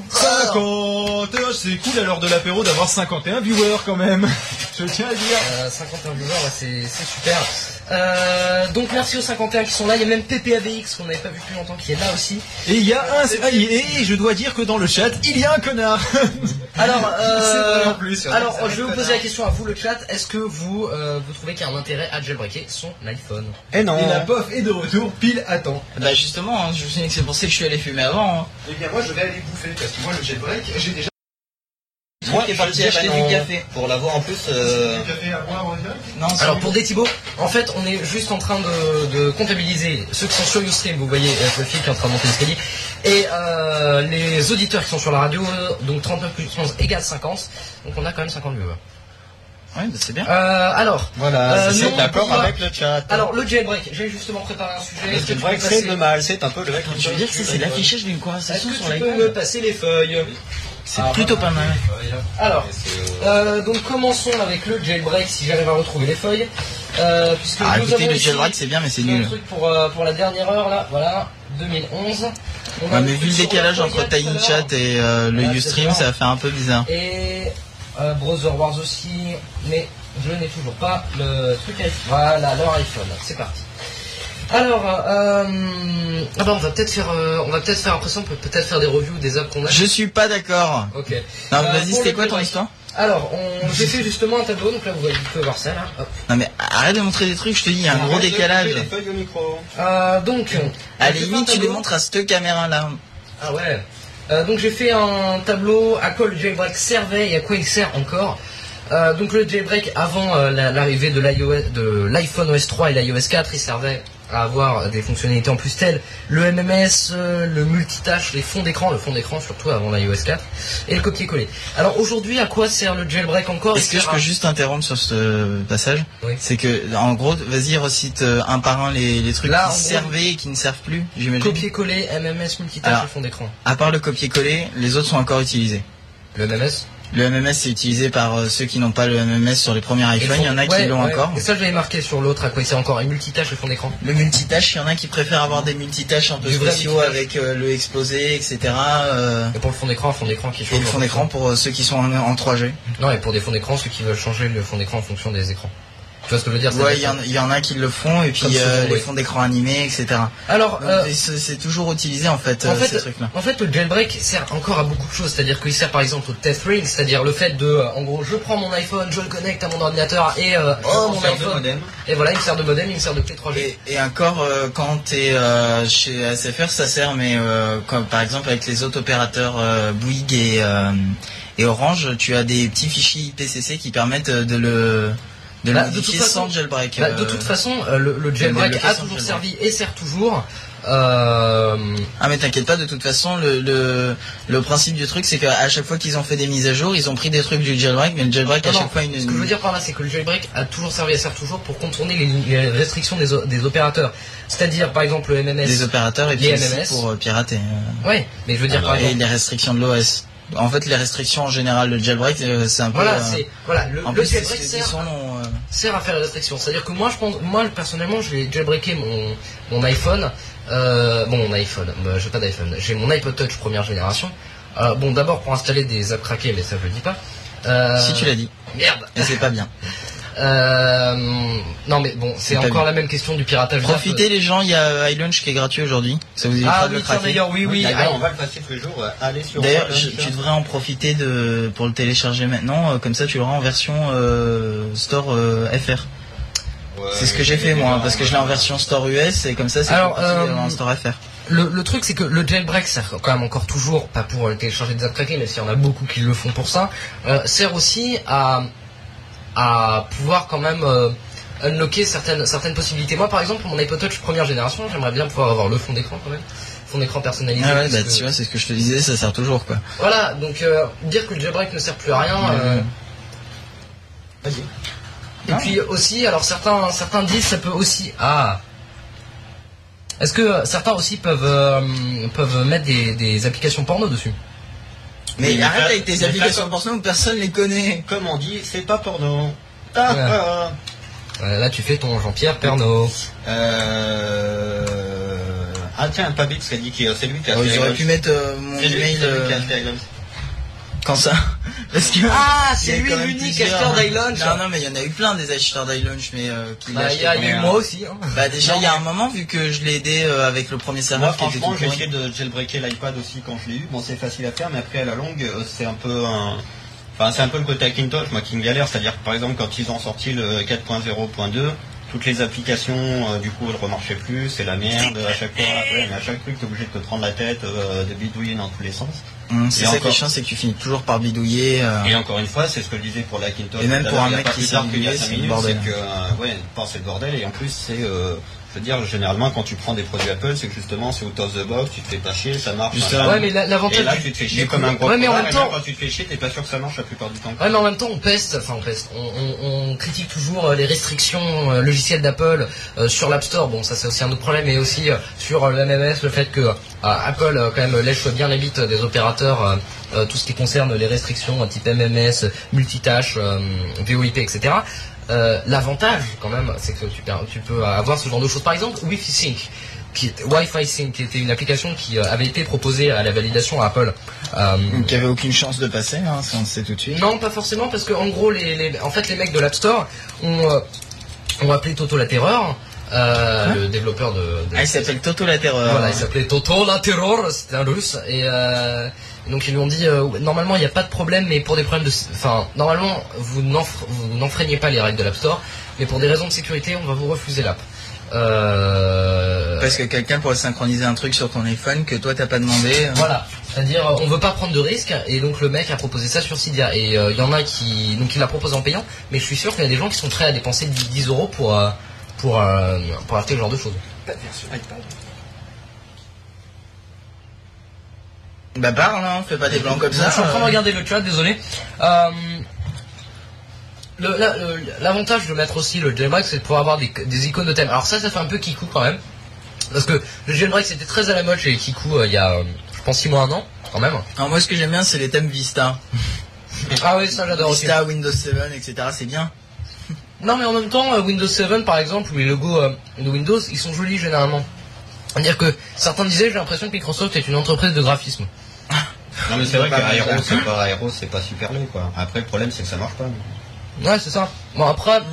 50 C'est cool à l'heure de l'apéro d'avoir 51 viewers quand même. Je tiens à dire.
Euh, 51 viewers, ouais, c'est c'est super. Euh, donc merci aux 51 qui sont là. Il y a même PPAVX qu'on n'avait pas vu depuis longtemps qui est là aussi.
Et il y a un. ah, et et je dois dire que dans le chat, il y a un connard.
Alors, euh,
C'est vrai en plus.
alors je vais vous poser la question à vous le chat. Est-ce que vous euh, vous trouvez qu'il y a un intérêt à jailbreaker son iPhone
Eh non.
Et la pof est de retour pile à temps.
Bah justement, hein, je me souviens que c'est pour ça que je suis allé fumer avant. hein.
Eh bien, moi je vais aller bouffer parce que moi le jailbreak, j'ai déjà
Moi,
qui est
je
parti
dis
acheter
bah non,
du café.
Pour l'avoir en plus. euh,
café à boire en direct.
Non, c'est-
Alors pour des Thibaut, en fait on est juste en train de, de comptabiliser ceux qui sont sur Ustream, vous voyez euh, le fil qui est en train de monter l'escalier, et euh, les auditeurs qui sont sur la radio, euh, donc 39 plus 11 égale 50, donc on a quand même 50 viewers.
Ouais, bah, c'est bien.
Euh, alors,
Voilà,
Euh,
c'est
non,
d'accord
pourquoi
avec le chat.
alors le jailbreak, j'ai justement préparé un sujet,
Parce
est-ce
que
que
le
tu
vrai
peux,
que c'est
passer,
le mal, c'est un peu le mec
Je veux dire que ça, c'est l'affichage d'une
est-ce
conversation
que
sur
tu peux me
l'iPad.
passer les feuilles
C'est
Ah,
plutôt pas mal.
Alors, euh, donc commençons avec le jailbreak si j'arrive à retrouver les feuilles, euh, puisque
Ah,
nous
écoutez,
avons
le
ici-
jailbreak, c'est bien, mais c'est
Il y a
nul.
Un truc pour, euh, pour la dernière heure là, voilà, 2011. On a
Ouais, mais
un
vu le
truc
décalage
sur la
entre Tiny
Fourier tout à l'heure.
Chat et euh, le
Ouais,
Ustream,
c'est
ça fait un peu bizarre.
Et euh, Browser Wars aussi, mais je n'ai toujours pas le truc avec. Voilà, leur iPhone, c'est parti. Alors, euh, ah bah on va peut-être faire, euh, on va peut-être faire après ça, on peut peut-être faire des reviews des apps qu'on a.
Je suis pas d'accord.
Ok.
Non,
Euh,
vas-y,
pour
c'était
le
quoi
coup,
ton histoire
Alors, on... j'ai fait justement un tableau, donc là vous voyez- vous pouvez voir ça là. Hop.
Non, mais arrête de montrer des trucs, je te dis, il y
Bah,
a un gros
Arrête de
décalage.
couper les feuilles au micro.
Euh, donc,
À la
j'ai fait un
limite, tu les
tableau.
montres à cette caméra-là.
Ah ouais. Euh, donc j'ai fait un tableau à quoi le jailbreak servait et à quoi il sert encore. Euh, donc le jailbreak avant euh, la- l'arrivée de l'iOS, de l'iPhone OS 3 et l'iOS 4, il servait à avoir des fonctionnalités en plus telles le MMS, euh, le multitâche, les fonds d'écran, le fond d'écran surtout avant l'iOS 4 et le copier-coller. Alors aujourd'hui, à quoi sert le jailbreak encore Il
Est-ce que je
sert à-
peux juste interrompre sur ce passage
Oui.
C'est que, en gros, vas-y, recite euh, un par un les, les trucs
Là, en
qui
gros,
servaient et qui ne servent plus, j'imagine.
copier-coller, MMS, multitâche
Alors.
et fond d'écran
À part le copier-coller, les autres sont encore utilisés.
Le MMS
Le MMS, c'est utilisé par euh, ceux qui n'ont pas le MMS sur les premiers
Et le
iPhones.
fond-
Il y en a
ouais,
qui l'ont
ouais.
encore.
Et ça, je l'avais marqué sur l'autre, à quoi il sert encore Et multitâche, le fond d'écran
Le multitâche, il y en a qui préfèrent avoir des multitâches un peu
Du vrai
spéciaux
multitâche.
avec euh, le exposé, etc. euh,
Et pour le fond d'écran, le fond d'écran qui
et
change.
le fond d'écran pour euh, ceux qui sont en, en 3G.
Non, et pour des fonds d'écran, ceux qui veulent changer le fond d'écran en fonction des écrans. Tu vois ce que je veux dire
Ouais,
c'est-à-dire
il y, en- il y en a qui le font et puis
Comme
euh,
souvent,
les
oui.
fonds d'écran animés, etc.
que- Alors,
Donc,
euh,
et c'est c'est toujours utilisé en fait,
en
euh,
fait,
ces trucs-là.
en fait, le jailbreak sert encore à beaucoup de choses. C'est-à-dire qu'il sert par exemple au tethering, c'est-à-dire le fait de, euh, en gros, je prends mon iPhone, je le connecte à mon ordinateur et
Ah,
euh,
Oh,
je prends
On
mon
sert de
iPhone.
modem.
Et voilà, il me sert de modem, il me sert de clé 3G.
Et, et encore, euh, quand t'es euh, chez SFR, ça sert, mais euh, comme par exemple avec les autres opérateurs euh, Bouygues et, euh, et Orange, tu as des petits fichiers IPCC qui permettent euh, de le de le
Bah, de
modifier
toute façon-
sans jailbreak.
Bah,
euh,
de toute façon, euh, le, le jailbreak
débloquer
a
sans
toujours
jailbreak.
servi et sert toujours. Euh,
Ah mais t'inquiète pas, de toute façon, le, le, le principe du truc, c'est qu'à chaque fois qu'ils ont fait des mises à jour, ils ont pris des trucs du jailbreak, mais le jailbreak, à
Non,
chaque fois, une...
Ce que je veux dire par là, c'est que le jailbreak a toujours servi et sert toujours pour contourner les, les restrictions des, o- des opérateurs. C'est-à-dire, par exemple, le MMS.
des opérateurs et
Les
puis aussi
MMS.
pour euh, pirater. euh,
Ouais, mais je veux dire, par
et
exemple.
les restrictions de l'OS. En fait, les restrictions en général, le jailbreak, euh, c'est un peu...
Voilà,
euh,
c'est voilà le,
En
le
plus, c'est ce
jailbreak
que dit
sert,
son nom, euh,
sert à faire la restriction. C'est-à-dire que moi, je pense, moi personnellement, je vais jailbreaker mon mon iPhone. Euh, bon, mon iPhone, euh, j'ai pas d'iPhone. J'ai mon iPod Touch première génération. Euh, bon, d'abord pour installer des apps craquées, mais ça je le dis pas. Euh,
Si tu l'as dit,
Merde.
et c'est pas bien.
Euh, non mais bon, c'est
T'as
encore
vu.
la même question du piratage.
Profitez les gens, il y a euh, iLunch qui est gratuit aujourd'hui. Ça vous évitera
Ah
de le
oui, tiens,
craquer.
d'ailleurs, oui, oui.
D'ailleurs,
ah,
on va le passer tous les jours. euh, Allez sur.
D'ailleurs,
Apple,
je-
tiens.
tu devrais en profiter de pour le télécharger maintenant, euh, comme ça tu l'auras en version euh, store euh, FR.
Ouais,
c'est ce que j'ai
il
fait
est
moi, hein,
bien,
parce que je l'ai en version store US et comme ça c'est
Alors,
plus pratique,
euh,
en store FR.
Le, le truc, c'est que le jailbreak sert quand même encore toujours, pas pour euh, télécharger des apps craquées, mais s'il y en a beaucoup qui le font pour ça, euh, sert aussi à, à pouvoir quand même euh, unlocker certaines, certaines possibilités. Moi, par exemple, mon iPod Touch première génération, j'aimerais bien pouvoir avoir le fond d'écran quand même, fond d'écran personnalisé.
Ah ouais,
parce
bah,
que-
tu vois, c'est ce que je te disais, ça sert toujours quoi.
Voilà, donc euh, dire que le jailbreak ne sert plus à rien. euh, Et
Ah.
puis aussi, alors certains, certains disent ça peut aussi. Ah Est-ce que euh, certains aussi peuvent, euh, peuvent mettre des, des applications porno dessus
Mais,
Mais
arrête
ça-
avec
mais
tes
ça-
applications pour ça où personne les connaît.
Comme on dit, c'est pas porno. Ah,
Ouais.
ah,
Euh, Là, tu fais ton Jean-Pierre Pernaut.
ah. Euh... ah tiens, Pabix qui a dit que c'est lui qui a
Oh,
fait
ils auraient
Iron-
pu mettre euh, mon
C'est lui-
email
c'est lui qui a
euh,
fait Iron-
quand ça, parce que.
Ah,
Il y a quand même plusieurs. hein.
d'iLaunch
Non, non, mais il y en a eu plein des acheteurs d'iLaunch, mais euh, qui
Bah, il y a
l'achetaient
il y a eu
pas.
moi aussi. hein.
Bah, déjà, il y a un moment, vu que je l'ai aidé euh, avec le premier
Moi,
serveur qui était
franchement,
tout pourri.
j'ai essayé de jailbreaker l'iPad aussi quand je l'ai eu. Bon, c'est facile à faire, mais après, à la longue, euh, c'est un peu un. Enfin, c'est un peu le côté Hackintosh, moi, qui me galère. C'est-à-dire que, par exemple, quand ils ont sorti le 4.0.2, toutes les applications, euh, du coup, elles remarchaient plus, c'est la merde. À chaque fois, ouais, mais à chaque truc, t'es obligé de te prendre la tête, euh, de bidouiller dans tous les sens.
Hum, c'est
Et
ça qui est
encore.
chiant, c'est que tu finis toujours par bidouiller. euh,
Et encore une fois, c'est ce que je disais pour la Hackintosh.
Et même
tout à
pour
l'heure,
un
il y a
mec
pas
qui
plus
sait
tard qu'il y a
bidouiller,
cinq
c'est le
minutes,
bordel.
C'est que, euh, ouais, enfin, c'est le bordel. Et en plus, c'est. euh, je veux dire, généralement, quand tu prends des produits Apple, c'est que justement, c'est out of the box, tu te fais pas chier, ça marche.
Justement.
machin.
Ouais, mais la-
Et
l'avantage
là,
du-
tu te fais
du
chier
coup-
comme un gros
Ouais, mais en
connard,
même
et
temps,
quand tu te fais chier, t'es pas sûr que ça marche la plupart du temps.
Ouais, mais en même temps, on peste, enfin on peste, on, on- on critique toujours euh, les restrictions euh, logicielles d'Apple euh, sur l'App Store. Bon, ça c'est aussi un autre problème, mais aussi euh, sur euh, le MMS, le fait que euh, Apple euh, quand même lèche bien la bite des opérateurs, euh, euh, tout ce qui concerne les restrictions euh, type MMS, multitâche, euh, VoIP, etc. Euh, L'avantage quand même, c'est que tu, per- tu peux avoir ce genre de choses. Par exemple, Wi-Fi Sync. Qui, Wi-Fi Sync qui était une application qui euh, avait été proposée à la validation à Apple euh,
Donc, il y avait aucune chance de passer, hein, ça on le sait tout de suite.
non, pas forcément, parce que en gros, les, les- en fait, les mecs de l'App Store ont, euh, ont appelé Toto la Terreur. euh, le développeur de. de-
Hein Ah, il s'appelle Toto la Terreur.
Voilà, il s'appelait Toto la Terror, c'était un russe. Et euh, donc ils lui ont dit, euh, ouais, normalement il n'y a pas de problème, mais pour des problèmes de... Enfin, normalement vous n'enf- vous n'enfreignez pas les règles de l'App Store, mais pour des raisons de sécurité, on va vous refuser l'app. Euh,
Parce que quelqu'un pourrait synchroniser un truc sur ton iPhone que toi t'as pas demandé.
Voilà, c'est-à-dire euh, on veut pas prendre de risques et donc le mec a proposé ça sur Cydia et euh, il y en a qui donc il la propose en payant, mais je suis sûr qu'il y a des gens qui sont prêts à dépenser 10 10 euros pour euh, pour euh, pour acheter ce genre de choses.
Bah parle, hein, fais pas des blancs comme ça.
Je suis en train de
euh.
regarder le chat, désolé. Euh, le- la- le- L'avantage de mettre aussi le jailbreak, c'est de pouvoir avoir des, des icônes de thème. Alors ça, ça fait un peu Kiku quand même. Parce que le jailbreak, c'était très à la mode chez Kiku euh, il y a, euh, je pense, 6 mois, un an, quand même.
Alors moi ce que j'aime bien c'est les thèmes Vista.
Ah oui, ça j'adore aussi.
Vista, Windows 7, etc. C'est bien.
Non, mais en même temps, euh, Windows 7, par exemple, ou les logos euh, de Windows, ils sont jolis généralement. C'est-à-dire que certains disaient, j'ai l'impression que Microsoft est une entreprise de graphisme.
Non, mais c'est vrai
Pas mal,
qu'Aero,
ça.
c'est pas, Aero, c'est pas super long, quoi. Après, le problème, c'est que ça marche pas.
Ouais, c'est ça. Bon, après,
Mm.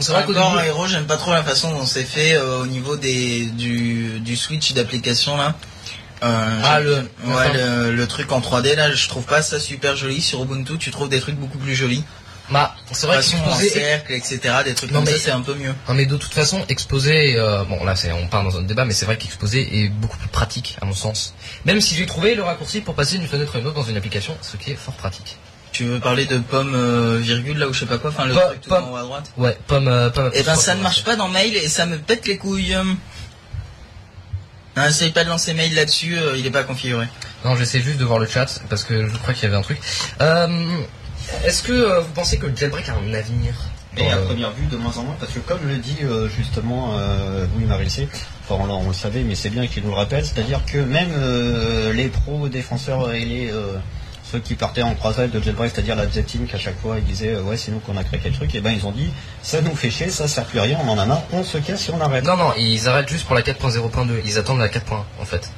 c'est vrai qu'au
Encore
début...
Aero, j'aime pas trop la façon dont c'est fait euh, au niveau des du, du switch d'application là. Euh,
Ah, le-
ouais, le, le truc en 3D là, je trouve pas ça super joli. Sur Ubuntu, tu trouves des trucs beaucoup plus jolis.
Bah, c'est vrai
Façon en
qu'exposer
cercle, etc. Des trucs
Non,
comme
mais-
ça, c'est un peu mieux.
Non mais de toute façon, exposé, euh, bon là c'est, on part dans un débat, mais c'est vrai qu'exposé est beaucoup plus pratique à mon sens. Même si j'ai trouvé le raccourci pour passer d'une fenêtre à une autre dans une application, ce qui est fort pratique.
Tu veux parler de pomme euh, virgule là ou je sais pas quoi, enfin le
Po-
truc tout
pomme.
en haut à droite.
Ouais, pomme, euh, pomme.
Et ben ça ne marche pas dans mail et ça me pète les couilles. euh. Non, essaye pas de lancer mail là-dessus, euh, il est pas configuré.
Non, j'essaie juste de voir le chat parce que je crois qu'il y avait un truc. Euh, est-ce que euh, vous pensez que le jailbreak a un avenir
Et
Dans,
à
euh,
première vue, de moins en moins, parce que comme le dit euh, justement euh, Louis Marisset, enfin on, l'a- on le savait, mais c'est bien qu'il nous le rappelle, c'est-à-dire que même euh, les pros défenseurs et les euh, ceux qui partaient en croisade de jailbreak, c'est-à-dire la Jet Team, qu'à chaque fois ils disaient euh, ouais c'est nous qu'on a créé quel truc, et ben ils ont dit ça nous fait chier, ça sert plus à rien, on en a marre, on se casse et on arrête.
Non, non, ils arrêtent juste pour la 4.0.2. Ils attendent la 4.1 en fait.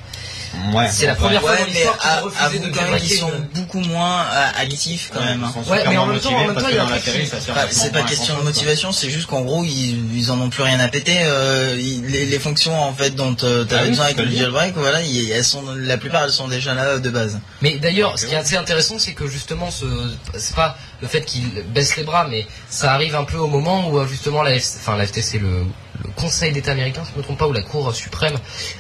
Ouais,
C'est la
enfin,
première fois
Ouais,
dans
mais
l'histoire qu'ils
à-
ont refusé
avoue
de
quand même qu'ils
jailbreaker
sont
une-
beaucoup moins euh, actifs quand
ouais,
même.
ils
hein.
sont
Ouais,
super
mais en
moins
même temps,
motivés
en même
parce
temps,
que
il y a
dans
un
la
truc
série,
qui- Bah,
ça sert
Enfin,
vraiment
c'est pas
pas à
question de
grand-chose, quoi.
motivation, c'est juste qu'en gros ils, ils en ont plus rien à péter. euh, ils- les, les fonctions en fait dont euh, t'avais
Ah oui,
besoin
tu
avec
peux
le
le dire.
jailbreak, voilà, ils- elles sont la plupart elles sont déjà là euh, de base.
Mais d'ailleurs, ce qui est assez intéressant, c'est que justement, ce, c'est pas le fait qu'il baisse les bras, mais ça arrive un peu au moment où euh, justement la, F- enfin, la FTC, le, le Conseil d'État américain, si je ne me trompe pas, ou la Cour suprême,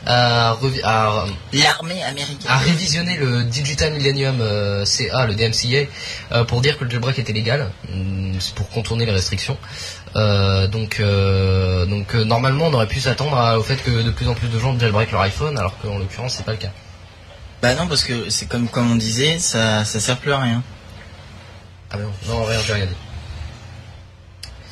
a, revi- a-
L'armée américaine.
Ah,
a révisionné le Digital Millennium euh, CA, le DMCA, euh, pour dire que le jailbreak était légal, mm, c'est pour contourner les restrictions. Euh, donc, euh, donc euh, normalement, on aurait pu s'attendre à- au fait que de plus en plus de gens jailbreak leur iPhone, alors qu'en l'occurrence, c'est pas le cas.
Bah non parce que c'est comme comme on disait, ça ça sert plus à rien.
Ah ben non, non, en vrai, j'ai rien dit.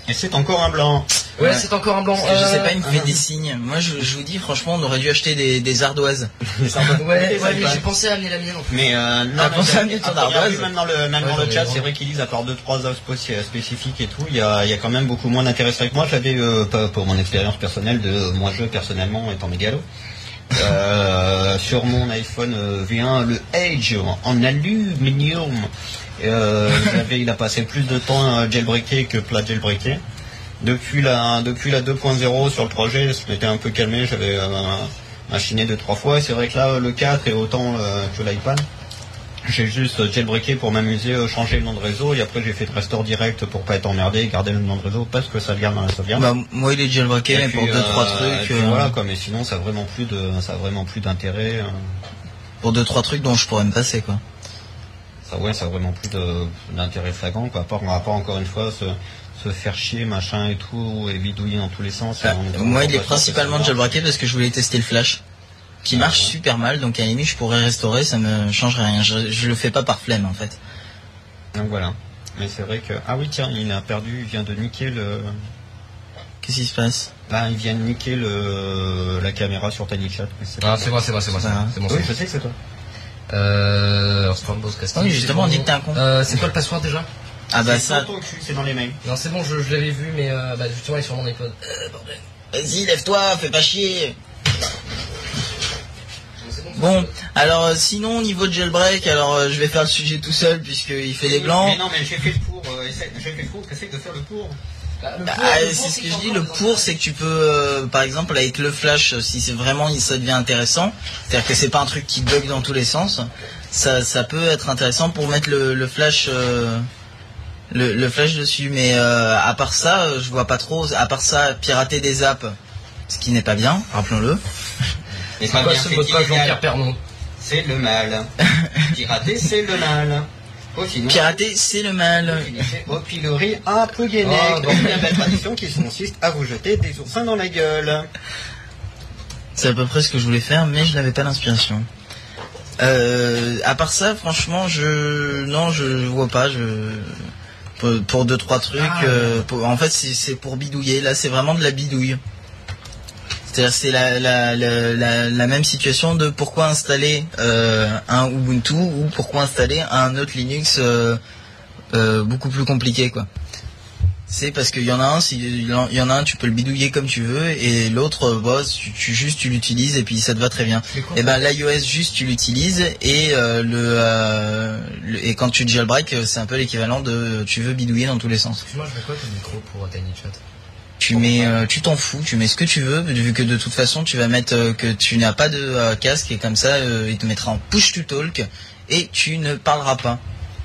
Et c'est encore un blanc.
Ouais,
Ouais.
c'est encore un blanc.
Parce que je sais
euh,
pas, il me
ah.
fait des signes. Moi je, je vous dis franchement, on aurait dû acheter des, des ardoises.
Ouais, ouais,
sympa.
mais j'ai pensé à amener la mienne en plus.
Mais euh, non,
Ah,
mais
pour ça,
à
mais ton
première
ardoise.
vue, même dans le, même
Ouais,
dans le
j'en ai
chat,
grand.
c'est vrai qu'ils disent à part deux trois offres spéc- spécifiques et tout, il y a, il y a quand même beaucoup moins d'intérêt. C'est vrai que moi, j'avais euh, pas pour mon expérience personnelle de euh, moi je personnellement étant mégalo. Euh, sur mon iPhone euh, V1, le Edge en aluminium, euh, j'avais- il a passé plus de temps à jailbreaker que plat jailbreaker. Depuis la, depuis la 2.0 sur le 3G, je m'étais un peu calmé, j'avais euh, machiné deux trois fois. Et C'est vrai que là, le 4 est autant euh, que l'iPad. J'ai juste euh, jailbreaké pour m'amuser, euh, changer le nom de réseau, et après j'ai fait de restore direct pour pas être emmerdé et garder le nom de réseau parce que ça le garde dans la sauvegarde.
Bah moi il est jailbreaké mais pour
puis,
deux
euh,
trois
et
trucs
puis
euh,
voilà quoi, mais sinon ça a vraiment plus de, ça a vraiment plus d'intérêt. euh,
pour deux trois trucs dont je pourrais me passer quoi.
Ça ouais, ça a vraiment plus de- d'intérêt flagrant quoi. À part, à part encore une fois se, se faire chier machin et tout et bidouiller dans tous les sens.
Ah,
et on- on-
moi,
on
il est
passe
principalement
sur ce
jailbreaké parce que je voulais tester le flash, qui
Ah,
marche
ouais.
super mal, donc à la limite, je pourrais restaurer, ça me changerait rien. Je, je le fais pas par flemme, en fait.
Donc voilà. Mais c'est vrai que ah oui tiens, il a perdu, il vient de niquer le,
Qu'est-ce qui se passe
là il vient de niquer le la caméra sur Tiny Chat. mais c'est
Ah, c'est moi, c'est moi, c'est moi, c'est moi. C'est moi, c'est
Oui,
moi.
je sais que c'est Ah, toi.
Euh, alors, c'est pas un boss casting.
Oui, justement, on
c'est
dit
bon.
que t'es un con.
Euh, c'est quoi le password déjà
Ah bah ça,
Sur ton cul, c'est dans les mails.
Non, c'est bon, je, je l'avais vu, mais euh, bah, justement, il est sur mon iPod. Euh, bordel.
vas-y, lève-toi, fais pas chier Bon, alors euh, sinon, au niveau de jailbreak, alors euh, je vais faire le sujet tout seul, puisqu'il fait les blancs.
Mais non, mais j'ai fait le pour. euh, essaie- j'ai fait le pour. Essaye de faire le pour.
Bah, le
Bah,
pour,
ah,
le pour,
c'est ce que
qu'il
je
y a
dis.
encore
Le
des
pour, c'est que tu peux, euh, par exemple, avec le flash, euh, si c'est vraiment, ça devient intéressant. C'est-à-dire que c'est pas un truc qui bug dans tous les sens. Ça, ça peut être intéressant pour mettre le, le flash, euh, le, le flash dessus. Mais euh, à part ça, euh, je vois pas trop. À part ça, pirater des apps, ce qui n'est pas bien, rappelons-le.
Mais
C'est
c'est pas
quoi
bien
ce
fait
mot de passe
illégal.
Jean-Pierre Pernaut
C'est le mal. Pirater, c'est le mal. Au final,
Pirater, c'est le mal.
vous finissez au pilori à Pouguenec.
Ah, bon.
Une belle tradition qui consiste à vous jeter des oursins dans la gueule.
C'est à peu près ce que je voulais faire, mais je n'avais pas l'inspiration. Euh, à part ça, franchement, je non, je, je vois pas. Je pour, pour deux trois trucs.
Ah.
euh, pour- En fait, c'est c'est pour bidouiller. Là, c'est vraiment de la bidouille. C'est-à-dire, c'est la, la, la, la, la même situation de pourquoi installer euh, un Ubuntu ou pourquoi installer un autre Linux euh, euh, beaucoup plus compliqué, quoi. C'est parce qu'il y en a un, si- il en- il y en a un, tu peux le bidouiller comme tu veux, et l'autre, euh, bah, tu, tu- juste tu l'utilises et puis ça te va très bien. Et ben l'iOS juste tu l'utilises et euh, le, euh, le- et quand tu jailbreak, euh, c'est un peu l'équivalent de euh, tu veux bidouiller dans tous les sens.
Excuse-moi, je mets quoi comme micro pour Tiny Chat
Tu mets, euh, tu t'en fous, tu mets ce que tu veux, vu que de toute façon tu vas mettre euh, que tu n'as pas de euh, casque et comme ça euh, il te mettra en push to talk et tu ne parleras pas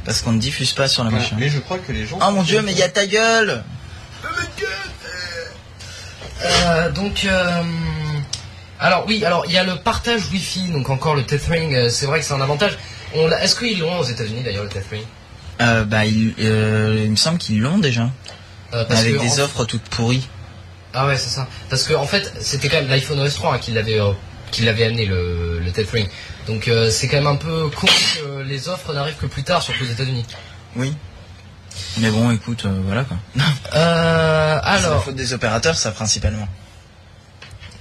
parce qu'on ne diffuse pas
Ah,
sur la
Voilà.
machine.
Mais je crois que les gens.
Oh mon dieu, mais il y a ta gueule.
Euh, donc, euh, alors oui, alors il y a le partage Wi-Fi, donc encore le tethering, euh, c'est vrai que c'est un avantage. On l'a- Est-ce qu'ils l'ont aux États-Unis d'ailleurs le tethering
Euh, bah, il, euh, il me semble qu'ils l'ont déjà.
Euh, parce
Avec
que,
des
en-
offres toutes pourries.
Ah ouais, c'est ça. Parce que en fait, c'était quand même l'iPhone OS 3 hein, qui l'avait euh, qui l'avait amené le, le tethering. Donc euh, c'est quand même un peu con que euh, les offres n'arrivent que plus tard, surtout aux États-Unis.
Oui. Mais bon, écoute, euh, voilà quoi.
Euh,
C'est la
alors,
faute des opérateurs, ça principalement.